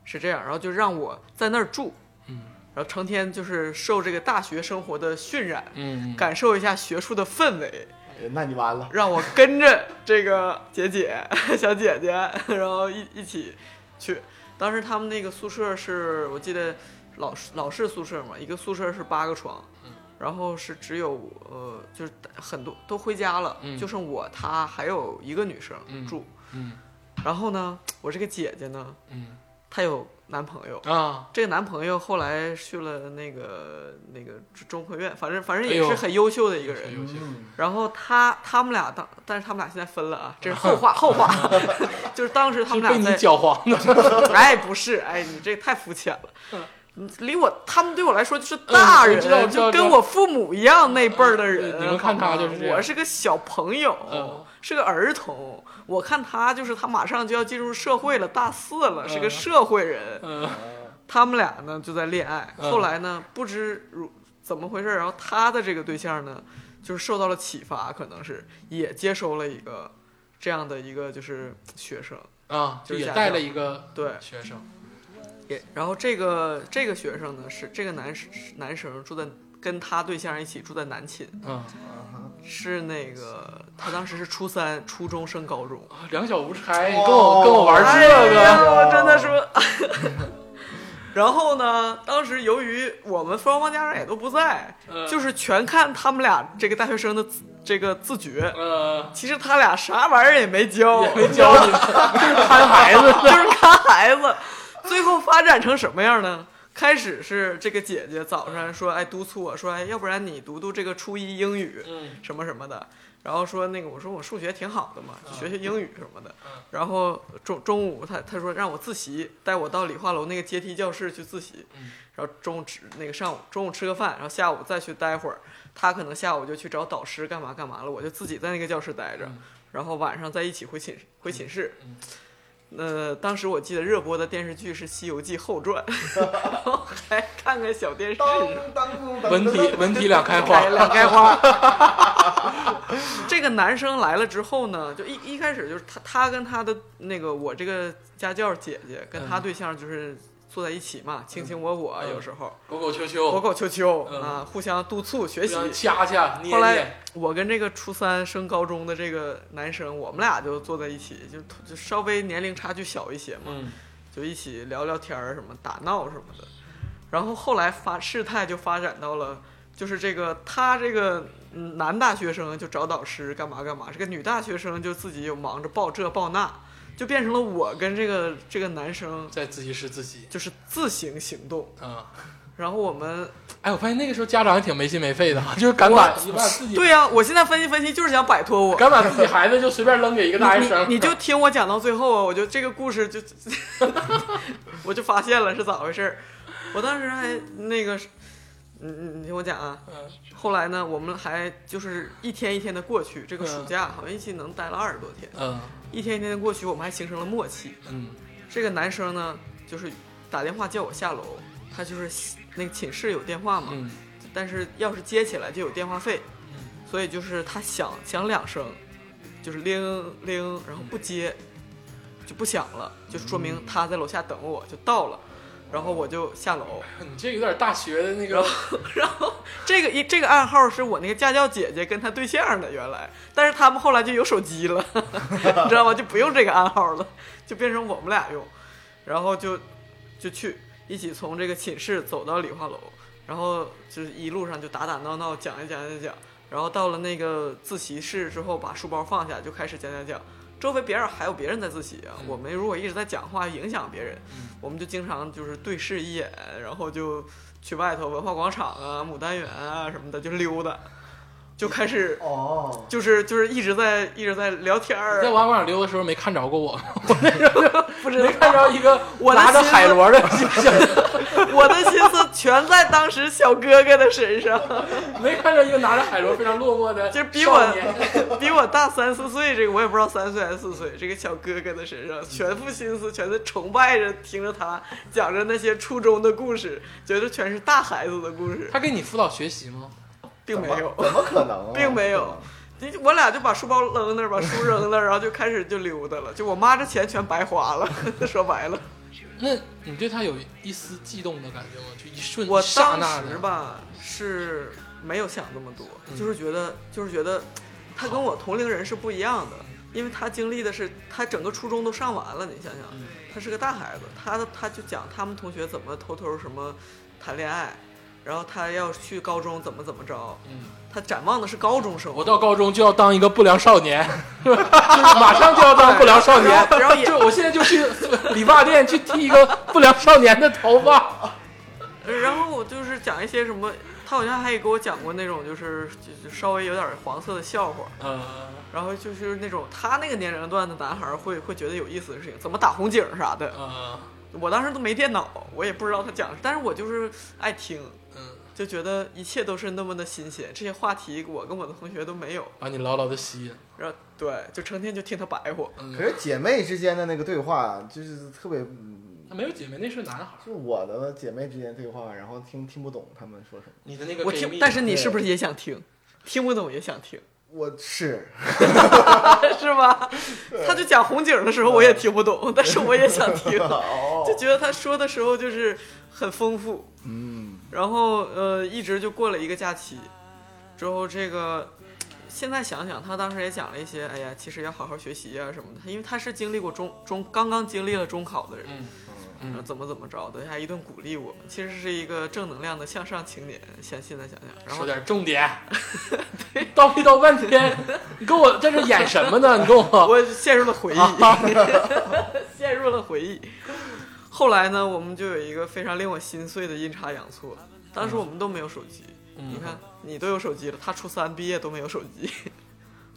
C: 是这样，然后就让我在那儿住，
B: 嗯
C: 然后成天就是受这个大学生活的熏染，
B: 嗯，
C: 感受一下学术的氛围，
E: 呃那你完了，
C: 让我跟着这个姐姐小姐姐，然后一一起去。当时他们那个宿舍是我记得老式老式宿舍嘛，一个宿舍是八个床，
B: 嗯
C: 然后是只有呃就是很多都回家了，
B: 嗯
C: 就剩我她还有一个女生
B: 嗯
C: 住。
B: 嗯
C: 然后呢，我这个姐姐呢，
B: 嗯
C: 她有男朋友。
B: 啊，
C: 这个男朋友后来去了那个那个中科院，反正反正
B: 哎
C: 也
B: 呦
C: 是很优秀的一个
B: 是
C: 人。
B: 有些
E: 嗯
C: 然后他他们俩当，但是他们俩现在分了 啊，这是后话后话，就是当时他们
B: 被
C: 俩
B: 你
C: 在，
B: 搅黄的，
C: 哎，不是，哎，你这太肤浅了。离我，他们对我来说就是大
B: 嗯
C: 人，
B: 我知道我知道
C: 就跟我父母一样那辈儿的人。
B: 嗯你们看他就是这样
C: 我是个小朋友，
B: 嗯
C: 是个儿童。我看他就是他马上就要进入社会了，大四了，是个
B: 嗯
C: 社会人。
B: 嗯
C: 他们俩呢就在恋爱，
B: 嗯
C: 后来呢不知如怎么回事，然后他的这个对象呢，就是受到了启发，可能是也接收了一个这样的一个就是学生，
B: 啊，
C: 就是
B: 也
C: 家
B: 带
C: 教
B: 了一个
C: 对，
B: 学生，
C: 也然后这个这个学生呢是这个男生男生住在跟他对象一起住在南寝，
B: 嗯，
C: 是那个他当时是初三，初中升高中，
B: 啊两小无猜，你跟我跟我玩
E: 哎
B: 这
E: 呀
B: 个，
C: 我真的说。然后呢，当时由于我们双方家长也都不在，
B: 嗯
C: 就是全看他们俩这个大学生的自这个自觉。
B: 呃，
C: 其实他俩啥玩意儿也没教，
B: 也没教 你， 就是看孩子
C: 就是看孩子。最后发展成什么样呢？开始是这个姐姐早上说，哎，督促我说，哎，要不然你读读这个初一英语，
B: 嗯
C: 什么什么的。然后说那个，我说我数学挺好的嘛，就学学英语什么的。然后中中午他他说让我自习，带我到理化楼那个阶梯教室去自习。然后中午吃那个上午中午吃个饭，然后下午再去待会儿。他可能下午就去找导师干嘛干嘛了，我就自己在那个教室待着，然后晚上再一起回寝回寝室。呃，当时我记得热播的电视剧是《西游记后传》， 然后还看看小电视什么的
E: 当当当当，
B: 文体文体两开花
C: 开，两开花。这个男生来了之后呢，就一一开始就是他他跟他的那个我这个家教姐姐跟他
B: 嗯
C: 对象就是坐在一起嘛，卿卿我我，
B: 嗯
C: 有时候
B: 狗狗秋
C: 口
B: 秋，
C: 口秋秋
B: 嗯
C: 啊，互相督促学习。
B: 掐掐捏
C: 后来
B: 捏，
C: 我跟这个初三升高中的这个男生，我们俩就坐在一起，就就稍微年龄差距小一些嘛，
B: 嗯
C: 就一起聊聊天儿什么打闹什么的。然后后来发事态就发展到了，就是这个他这个嗯男大学生就找导师干嘛干嘛，这个女大学生就自己又忙着报这报那，就变成了我跟这个这个男生
B: 在自习室自习，
C: 就是自行行动。
B: 啊。
C: 然后我们
B: 哎，我发现那个时候家长也挺没心没肺的，就是敢把
C: 我
B: 你把自己
C: 对呀、啊我现在分析分析就是想摆脱我。
B: 敢把自己孩子就随便扔给一个大学生，
C: 你你就听我讲到最后啊，我就这个故事就， 我就发现了是咋回事儿。我当时还那个是，你你你听我讲啊。
B: 嗯
C: 后来呢，我们还就是一天一天的过去，这个
B: 嗯
C: 暑假好像一起能待了二十多天，
B: 嗯
C: 一天一天的过去，我们还形成了默契。
B: 嗯
C: 这个男生呢，就是打电话叫我下楼，他就是那个寝室有电话嘛，
B: 嗯
C: 但是要是接起来就有电话费，所以就是他响响两声，就是铃铃，
B: 嗯
C: 然后不接，就不响了，就说明他在楼下等我，就到了。然后我就下楼，
B: 你这有点大学的那个，
C: 然后这个一这个暗号是我那个家教姐姐跟她对象的原来，但是他们后来就有手机了， 你知道吗？就不用这个暗号了，就变成我们俩用，然后就就去一起从这个寝室走到礼花楼，然后就是一路上就打打闹闹讲一讲讲一讲，然后到了那个自习室之后，把书包放下就开始讲讲讲。周围别人还有别人在自习啊，我们如果一直在讲话影响别人，我们就经常就是对视一眼，然后就去外头文化广场啊、牡丹园啊什么的就溜达，就开始
E: 哦，
C: 就是就是一直在一直在聊天儿
B: 在，往往溜的时候没看着过我，
C: 不知
B: 没
C: 道
B: 看着一个
C: 我的
B: 拿着
C: 心
B: 海螺的小小，
C: 我的心思全在当时小哥哥的身上，
B: 没看着一个拿着海螺非常落寞的
C: 就是比
B: 少年。
C: 我比我大三四岁，这个我也不知道三岁还是四岁，这个小哥哥的身上全副心思全在崇拜着听着他讲着那些初中的故事，觉得全是大孩子的故事，
B: 他给你辅导学习吗？
C: 并没有。
E: 怎么可能啊？
C: 并没
B: 哦
C: 有你我俩就把书包扔那儿，把书扔那儿，然后就开始就溜达了。就我妈这钱全白花了， 说白了，
B: 那你对他有一丝悸动的感觉吗？就一瞬
C: 我
B: 一刹
C: 当
B: 那
C: 时
B: 的，嗯
C: 吧是没有想那么多，就是觉得就是觉得他跟我同龄人是不一样的，因为他经历的是他整个初中都上完了，你想想，
B: 嗯
C: 他是个大孩子，他的他就讲他们同学怎么偷偷什么谈恋爱，然后他要去高中怎么怎么着，
B: 嗯，
C: 他展望的是高中生活
B: 我。到高中就要当一个不良少 年，是吧就是马上就要当不良少年，
C: 然后然后也
B: 就我现在就去理发店去剃一个不良少年的头发。
C: 然后我就是讲一些什么，他好像还给我讲过那种就是就就稍微有点黄色的笑话，
B: 呃，
C: 然后就是那种他那个年龄段的男孩儿会会觉得有意思的事情，怎么打红警啥的。
B: 呃，
C: 我当时都没电脑，我也不知道他讲，但是我就是爱听，
B: 嗯，
C: 就觉得一切都是那么的新鲜，这些话题我跟我的同学都没有。
B: 把你牢牢的吸引。
C: 然后对，就成天就听他白活。
B: 嗯
E: 可是姐妹之间的那个对话，就是特别，嗯
B: 他没有姐妹，那是男孩儿。
E: 就是我的姐妹之间对话，然后听听不懂他们说什么。
B: 你的那个
C: 我
B: 闺
C: 听，
B: 蜜
C: 但是你是不是也想听？听不懂也想听，
E: 我是
C: 是吧？他就讲红警的时候我也听不懂，但是我也想听。
E: 哦
C: 就觉得他说的时候就是很丰富，嗯，然后呃，一直就过了一个假期，之后这个现在想想，他当时也讲了一些，哎呀，其实要好好学习啊什么的，因为他是经历过中中刚刚经历了中考的人，
B: 嗯
C: 然后怎么怎么着的，还一顿鼓励我们，其实是一个正能量的向上青年，现现在想想，然
B: 说
C: 后
B: 点重点， 叨逼叨半天，你跟我在这演什么呢？你跟 我，
C: 我陷入了回忆，
B: 啊
C: 陷入了回忆。后来呢，我们就有一个非常令我心碎的阴差阳错。当时我们都没有手机，
B: 嗯
C: 你看你都有手机了，他初三毕业都没有手机。
B: 嗯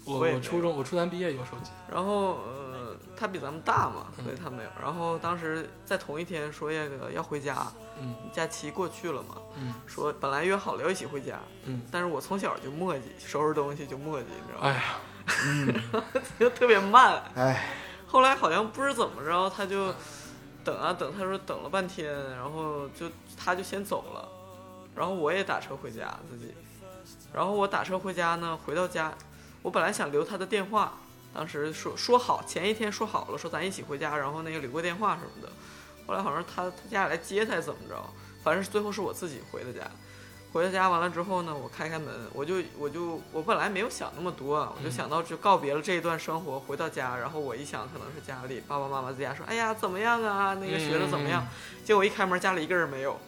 B: 我
C: 我也
B: 我初中我初三毕业有手机，
C: 然后呃，他比咱们大嘛，所以他没有。然后当时在同一天说要要回家，
B: 嗯
C: 假期过去了嘛，
B: 嗯
C: 说本来约好了要一起回家，
B: 嗯
C: 但是我从小就磨叽，收拾东西就磨叽，你知道吗？
B: 哎呀，
C: 就特 别慢。
E: 哎，
C: 后来好像不知怎么着，他就等啊等，他说等了半天，然后就他就先走了，然后我也打车回家自己，然后我打车回家呢，回到家，我本来想留他的电话，当时说说好前一天说好了，说咱一起回家，然后那个留个电话什么的，后来好像是他他家里来接他怎么着，反正是最后是我自己回的家。回到家完了之后呢，我开开门，我就我就我本来没有想那么多啊，我就想到就告别了这一段生活，回到家，然后我一想可能是家里爸爸妈妈在家说，哎呀怎么样啊，那个学的怎么样？结果一开门家里一个人没有，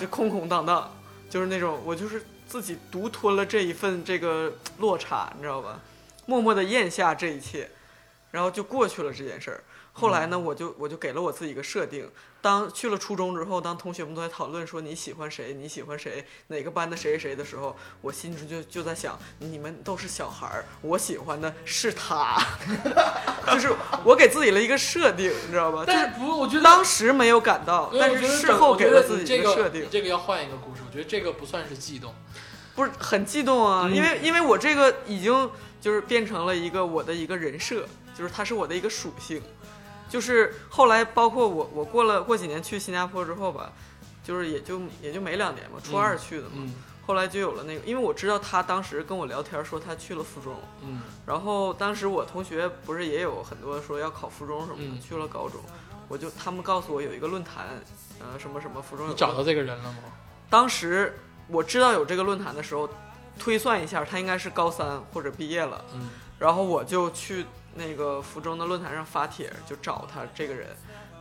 C: 就空空荡荡，就是那种我就是自己独吞了这一份这个落差，你知道吧？默默的咽下这一切，然后就过去了这件事儿。后来
B: 嗯
C: 呢，我就我就给了我自己一个设定，当去了初中之后，当同学们都在讨论说你喜欢谁，你喜欢谁，哪个班的谁谁谁的时候，我心中就就在想，你们都是小孩儿，我喜欢的 是他，就是我给自己了一个设定，你知道吧？就
B: 但
C: 是
B: 是不，我觉得
C: 当时没有感到，
B: 因为
C: 但
B: 我觉
C: 是
B: 得
C: 事
B: 这
C: 后
B: 我觉
C: 给
B: 得
C: 了自
B: 你
C: 己
B: 这
C: 一设定
B: 你，这个要换一个故事，我觉得这个不算是悸动，
C: 不是很激动啊，
B: 嗯
C: 因为因为我这个已经就是变成了一个我的一个人设，就是它是我的一个属性，就是后来包括我我过了过几年去新加坡之后吧，就是也就也就没两年嘛，初二去的嘛，
B: 嗯
C: 后来就有了那个，因为我知道他当时跟我聊天说他去了附中，
B: 嗯
C: 然后当时我同学不是也有很多说要考附中什么的，
B: 嗯
C: 去了高中。我就他们告诉我有一个论坛，呃，什么什么服装有
B: 你
C: 个
B: 找
C: 论
B: 到这个人了吗？
C: 当时我知道有这个论坛的时候，推算一下，他应该是高三或者毕业了。
B: 嗯
C: 然后我就去那个服装的论坛上发帖，就找他这个人，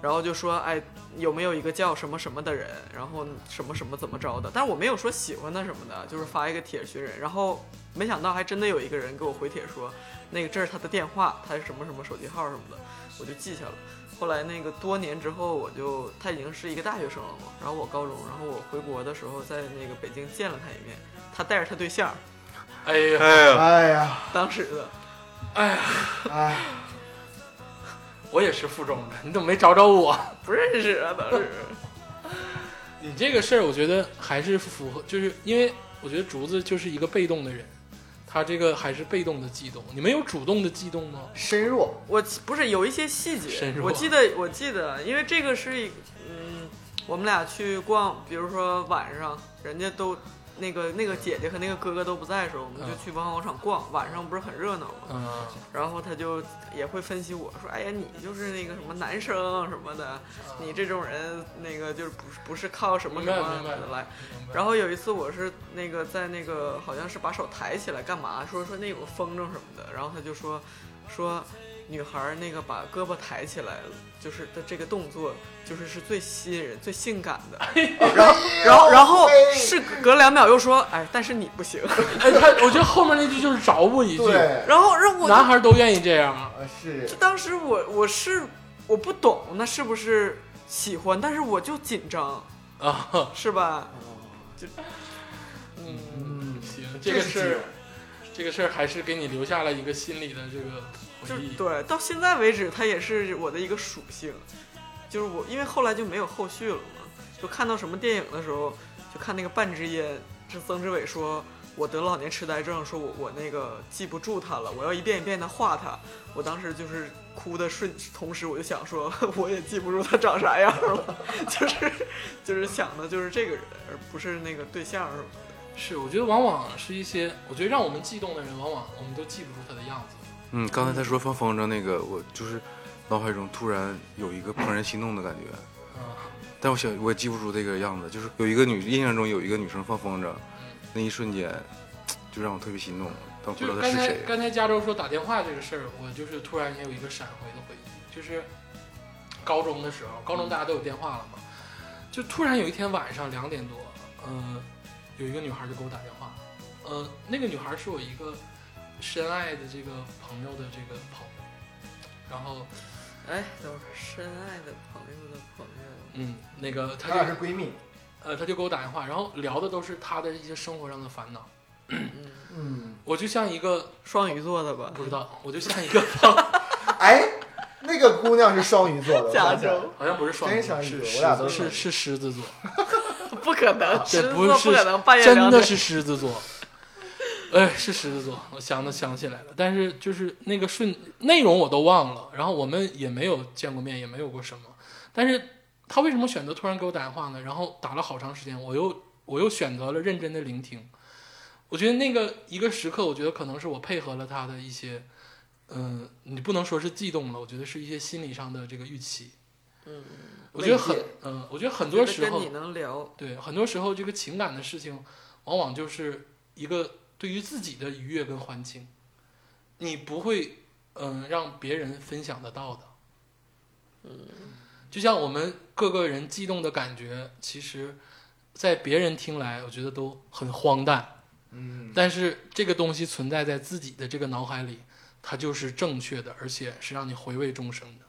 C: 然后就说，哎，有没有一个叫什么什么的人，然后什么什么怎么着的？但是我没有说喜欢他什么的，就是发一个帖寻人。然后没想到还真的有一个人给我回帖说，那个这是他的电话，他是什么什么手机号什么的，我就记下了。后来那个多年之后，我就他已经是一个大学生了嘛，然后我高中，然后我回国的时候在那个北京见了他一面，他带着他对象，
B: 哎呀，
D: 哎呀，
E: 哎呀，
C: 当时的
E: 哎，
B: 我也是附中的，你怎么没找找我？
C: 不认识啊，当时。
B: 你这个事儿，我觉得还是符合，就是因为我觉得竹子就是一个被动的人，他这个还是被动的悸动。你们有主动的悸动吗？
E: 身弱，
C: 我记不是有一些细节
B: 深，入啊
C: 我记得我记得，因为这个是一个嗯，我们俩去逛，比如说晚上，人家都那个那个姐姐和那个哥哥都不在的时候，我们就
B: 嗯
C: 去文化广场逛，晚上不是很热闹吗？
B: 嗯、
C: 然后他就也会分析我说，哎呀，你就是那个什么男生什么
B: 啊
C: 的，你这种人那个就是不是不是靠什么什
B: 明白明
C: 么
B: 白
C: 来。
B: 明白
C: 然后有一次我是那个在那个好像是把手抬起来干嘛，说说那有个风筝什么的，然后他就说说女孩儿那个把胳膊抬起来，就是的这个动作就是是最吸引人、最性感的。然后然后然后是隔两秒又说，哎，但是你不行。
B: 哎，他我觉得后面那句就是找补一句，
E: 对，
C: 然后让我就
B: 男孩都愿意这 样。啊
E: 呃是
C: 就当时我我是我不懂那是不是喜欢，但是我就紧张，
B: 啊，
C: 是吧？
B: 嗯，行，这个事儿，这个事儿还是给你留下了一个心理的这个
C: 就
B: 回忆。
C: 对，到现在为止，它也是我的一个属性，就是我因为后来就没有后续了嘛，就看到什么电影的时候，就看那个《半支烟》，是曾志伟说。我得老年痴呆症，说我我那个记不住它了，我要一遍一遍的画它。我当时就是哭的瞬，同时我就想说， 我也记不住他长啥样了， 就是就是想的就是这个人，而不是那个对象什么的。
B: 是，我觉得往往是一些，我觉得让我们悸动的人，往往我们都记不住他的样子。
D: 嗯，刚才他说放风筝那个，我就是脑海中突然有一个怦然心动的感觉，
B: 啊，
D: 但我想我也记不住这个样子，就是有一个女印象中有一个女生放风筝，那一瞬间就让我特别心动，但我不
B: 就是
D: 知道她
B: 刚
D: 是
B: 才
D: 谁。
B: 刚才加州说打电话这个事儿，我就是突然也有一个闪回的回忆，就是高中的时候，
D: 嗯
B: 高中大家都有电话了嘛，就突然有一天晚上两点多，呃，有一个女孩就给我打电话，呃，那个女孩是我一个深爱的这个朋友的这个朋友，然后
C: 哎，等会儿，深爱的朋友的朋友，
B: 嗯，那个她
E: 咱俩
B: 就是
E: 啊闺蜜，
B: 呃，她就给我打电话，然后聊的都是她的一些生活上的烦恼，
C: 嗯，
E: 嗯，
B: 我就像一个
C: 双鱼座的吧？
B: 不知道，我就像一 个胖，
E: 哎，那个姑娘是双鱼座的，
C: 加
E: 我想起来了
C: 州。
B: 好像不是双
E: 真
B: 鱼
E: 双
B: 座，
E: 鱼
B: 是
E: 座
B: 狮
E: 我俩都
B: 子
E: 是
B: 是是狮子座。
C: 不可能，
B: 这
C: 狮子
B: 啊不
C: 座
B: 是
C: 不可能半夜
B: 真
C: 两
B: 的
C: 点
B: 是狮子座，哎，是狮子座，我想都想起来了，但是就是那个瞬内容我都忘了，然后我们也没有见过面，也没有过什么，但是他为什么选择突然给我打电话呢？然后打了好长时间，我又我又选择了认真的聆听，我觉得那个一个时刻，我觉得可能是我配合了他的一些，嗯、你不能说是悸动了，我觉得是一些心理上的这个预期，
C: 嗯，
B: 我觉得很
E: 慰藉，
B: 嗯、我觉得很
C: 很
B: 多时候
C: 跟你能聊，
B: 对，很多时候这个情感的事情，往往就是一个对于自己的愉悦跟欢庆，你不会嗯、让别人分享得到的。嗯，就像我们各个人激动的感觉，其实，在别人听来，我觉得都很荒诞，
E: 嗯，
B: 但是这个东西存在在自己的这个脑海里，它就是正确的，而且是让你回味终生的。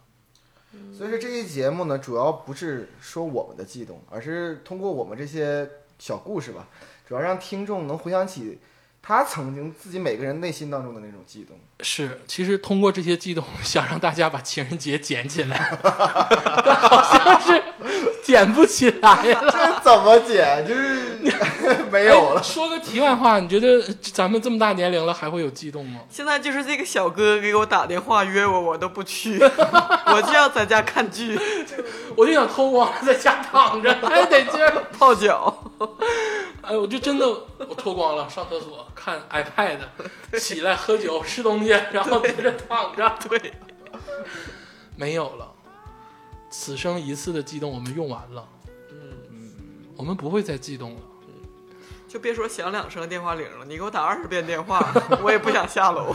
E: 所以说这期节目呢，主要不是说我们的悸动，而是通过我们这些小故事吧，主要让听众能回想起他曾经自己每个人内心当中的那种悸动。
B: 是，其实通过这些悸动，想让大家把情人节捡起来， 但好像是捡不起来了。
E: 这怎么解？就是 没有
B: 哎
E: 了。
B: 说个题外话，你觉得咱们这么大年龄了还会有悸动吗？
C: 现在就是这个小哥给我打电话约我，我都 不去，我就要在家看剧、
B: 我就想偷光在家躺 着，还得劲儿。
C: 泡脚。
B: 哎，我就真的我脱光了，上厕所看 iPad，起来喝酒 吃东西，然后在这躺着。
C: 对，
B: 没有了。此生一次的悸动我们用完了，
C: 嗯，
B: 我们不会再悸动了。
C: 就别说响两声电话铃了，你给我打二十遍电话，我也不想下 楼。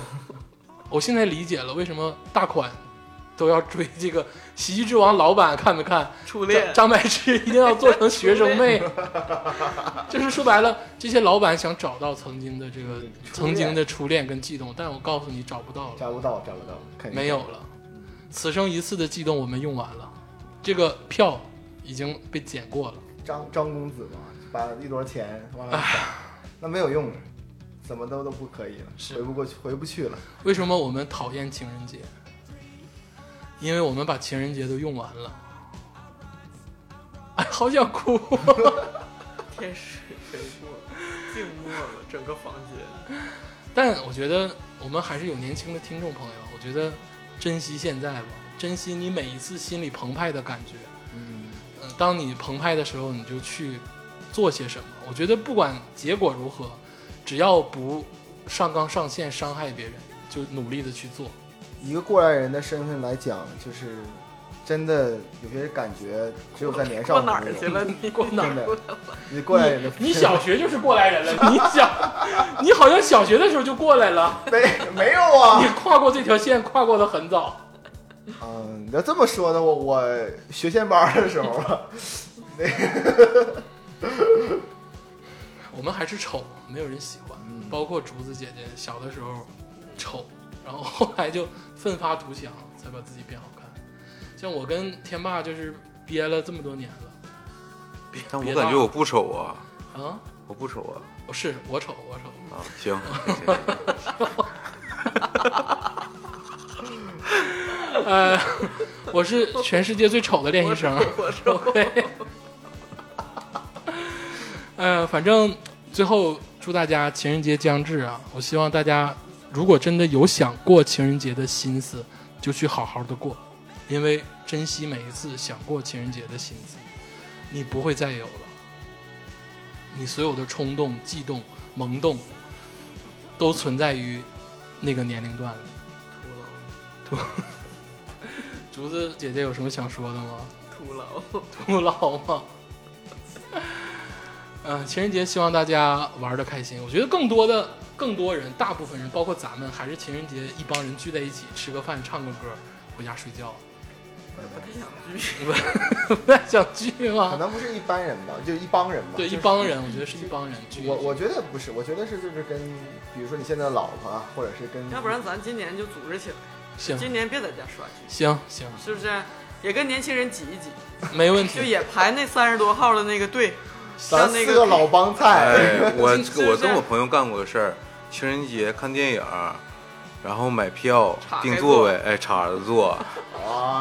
B: 我现在理解了为什么大款都要追这个《喜剧之王》老板，看没 看？
C: 初
B: 张
C: 恋，
B: 张柏芝一定要做成学生妹， 就是说白了，这些老板想找到曾经的这个曾经的初恋跟悸动，但我告诉你找不到了，
E: 找不到，找不到，肯定
B: 没有了，此生一次的悸动我们用完了，这个票已经被剪过了。
E: 张张公子嘛，把一摞钱往上撒，那没有用，怎么都都不可以了，
B: 是
E: 回不过去，回不去了。
B: 为什么我们讨厌情人节？因为我们把情人节都用完了。哎，好想哭。
C: 天使飞过，静默了整个房间。
B: 但我觉得我们还是有年轻的听众朋友，我觉得珍惜现在吧，珍惜你每一次心里澎湃的感觉。嗯，当你澎湃的时候，你就去做些什么。我觉得不管结果如何，只要不上纲上线伤害别人，就努力的去做。
E: 以一个过来人的身份来讲，就是真的有些感觉只有在年
C: 过
E: 少才
C: 哪
E: 会
C: 儿
E: 有
C: 去了你？
B: 过哪
E: 真
B: 儿？
E: 的，你过来人的
B: 你小学就是过来人了，你小，你好像小学的时候就过来了，
E: 没没有啊
B: 你？跨过这条线，跨过的很早。
E: 嗯，你要这么说呢，我我学前班的时候啊，
B: 我们还是丑，没有人喜欢，包括竹子姐姐小的时候丑，然后后来就奋发图强，才把自己变好看。像我跟天霸就是憋了这么多年了，憋
D: 但
B: 憋
D: 我
B: 到
D: 感觉我不丑啊，
B: 啊，
D: 我不丑啊。
B: 我是我丑，我丑，
D: 啊，行，
B: 呃，我是全世界最丑的练习生。
C: 我说
B: 对，呃，反正最后祝大家情人节将至啊！我希望大家如果真的有想过情人节的心思，就去好好的过，因为珍惜每一次想过情人节的心思，你不会再有了。你所有的冲动、悸动、萌动，都存在于那个年龄段里。竹子姐姐有什么想说的吗？
C: 徒劳，徒劳。
B: 不老吗？嗯、情人节希望大家玩的开心。我觉得更多的、更多人，大部分人，包括咱们，还是情人节一帮人聚在一起吃个饭、唱个歌，回家睡觉。
C: 不太想去。
B: 不太想聚
E: 可
B: 吗？
E: 能不是一般人吧，就一帮人吧。
B: 对，
E: 就
B: 一
E: 是
B: 帮人，我觉得是一帮人聚。
E: 我我觉得不是，我觉得是就是跟，比如说你现在的老婆啊，或者是跟，
C: 要不然咱今年就组织起来，
B: 行
C: 今年别在家刷剧，
B: 行行，
C: 是不是？也跟年轻人挤一挤，
B: 没问
C: 就
B: 题。
C: 也排那三十多号的那个队，
E: 咱
C: 像那
E: 四个老帮 菜，
D: 哎，我
C: 是不是
D: 我跟我朋友干过个事儿，情人节看电影儿，然后买票
C: 岔开
D: 定座位，哎，插着坐，
E: 啊
B: 哎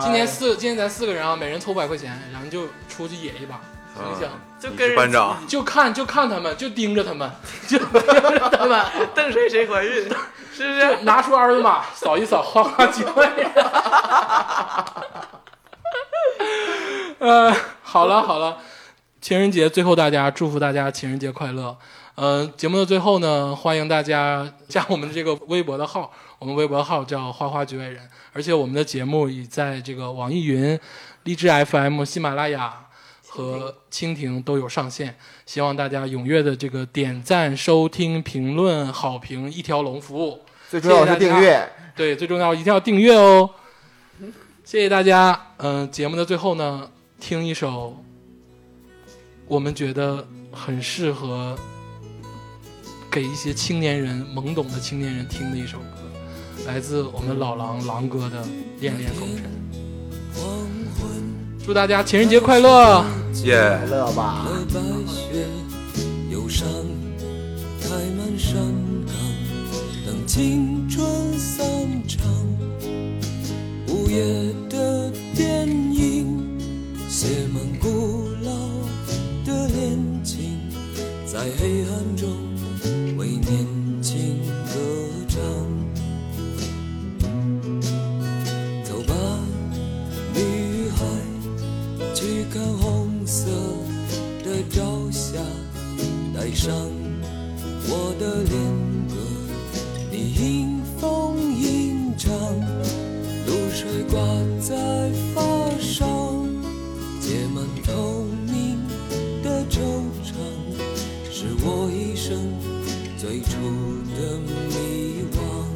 B: 今年四，今年咱四个人啊，每人凑五百块钱，然后就出去野一把，行不
E: 啊
B: 行？
C: 就
D: 你
C: 跟
D: 是
C: 人
D: 班长
C: 挤 一
B: 就看就看他们，就盯着他们，就盯着他们。
C: 挤，瞪谁谁怀孕，是不是？
B: 拿出二维码扫一扫，花花几万人。呃，好了好了，情人节最后大家祝福大家情人节快乐。呃，节目的最后呢，欢迎大家 加我们这个微博的号，我们微博号叫花花局外人，而且我们的节目已在这个网易云、荔枝 FM、喜马拉雅和蜻蜓都有上线，希望大家踊跃的这个点赞、收听、评论、好评一条龙服务。
E: 最重要的是订阅，
B: 对，最重要一定要订阅哦。谢谢大家。嗯、节目的最后呢，听一首我们觉得很适合给一些青年人、懵懂的青年人听的一首歌，来自我们老狼狼哥的《恋恋风尘》。祝大家情人节快乐！
D: 耶、
E: 快乐吧。
G: 白雪忧伤，开满山岗，等青春散场。午夜的电影，写满古老的恋情，在黑暗中为年轻歌唱。走吧，女孩。去看红色的朝霞，带上我的恋歌，你迎风的迷惘。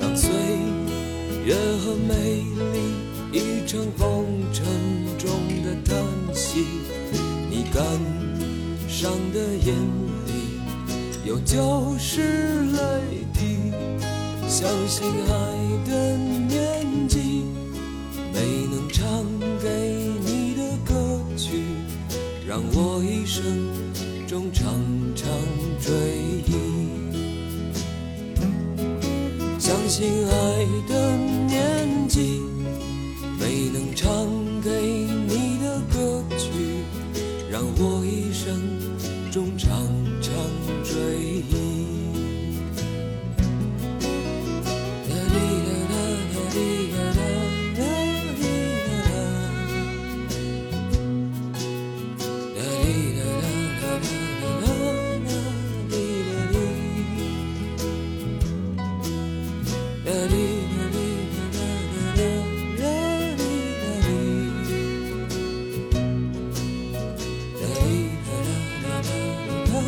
G: 当岁月和美丽一场风尘中的叹息，你感伤的眼里有旧时泪滴。相信爱的年纪，没能唱给你的歌曲，让我一生中常常追忆。相信爱的年纪，没能唱给你的歌曲，让我一生中常常追忆。啦哩啦啦啦哩啦啦啦哩啦啦，啦哩啦啦啦啦啦啦哩啦哩。啦哩啦哩啦啦啦啦哩啦哩，啦哩啦啦啦啦啦。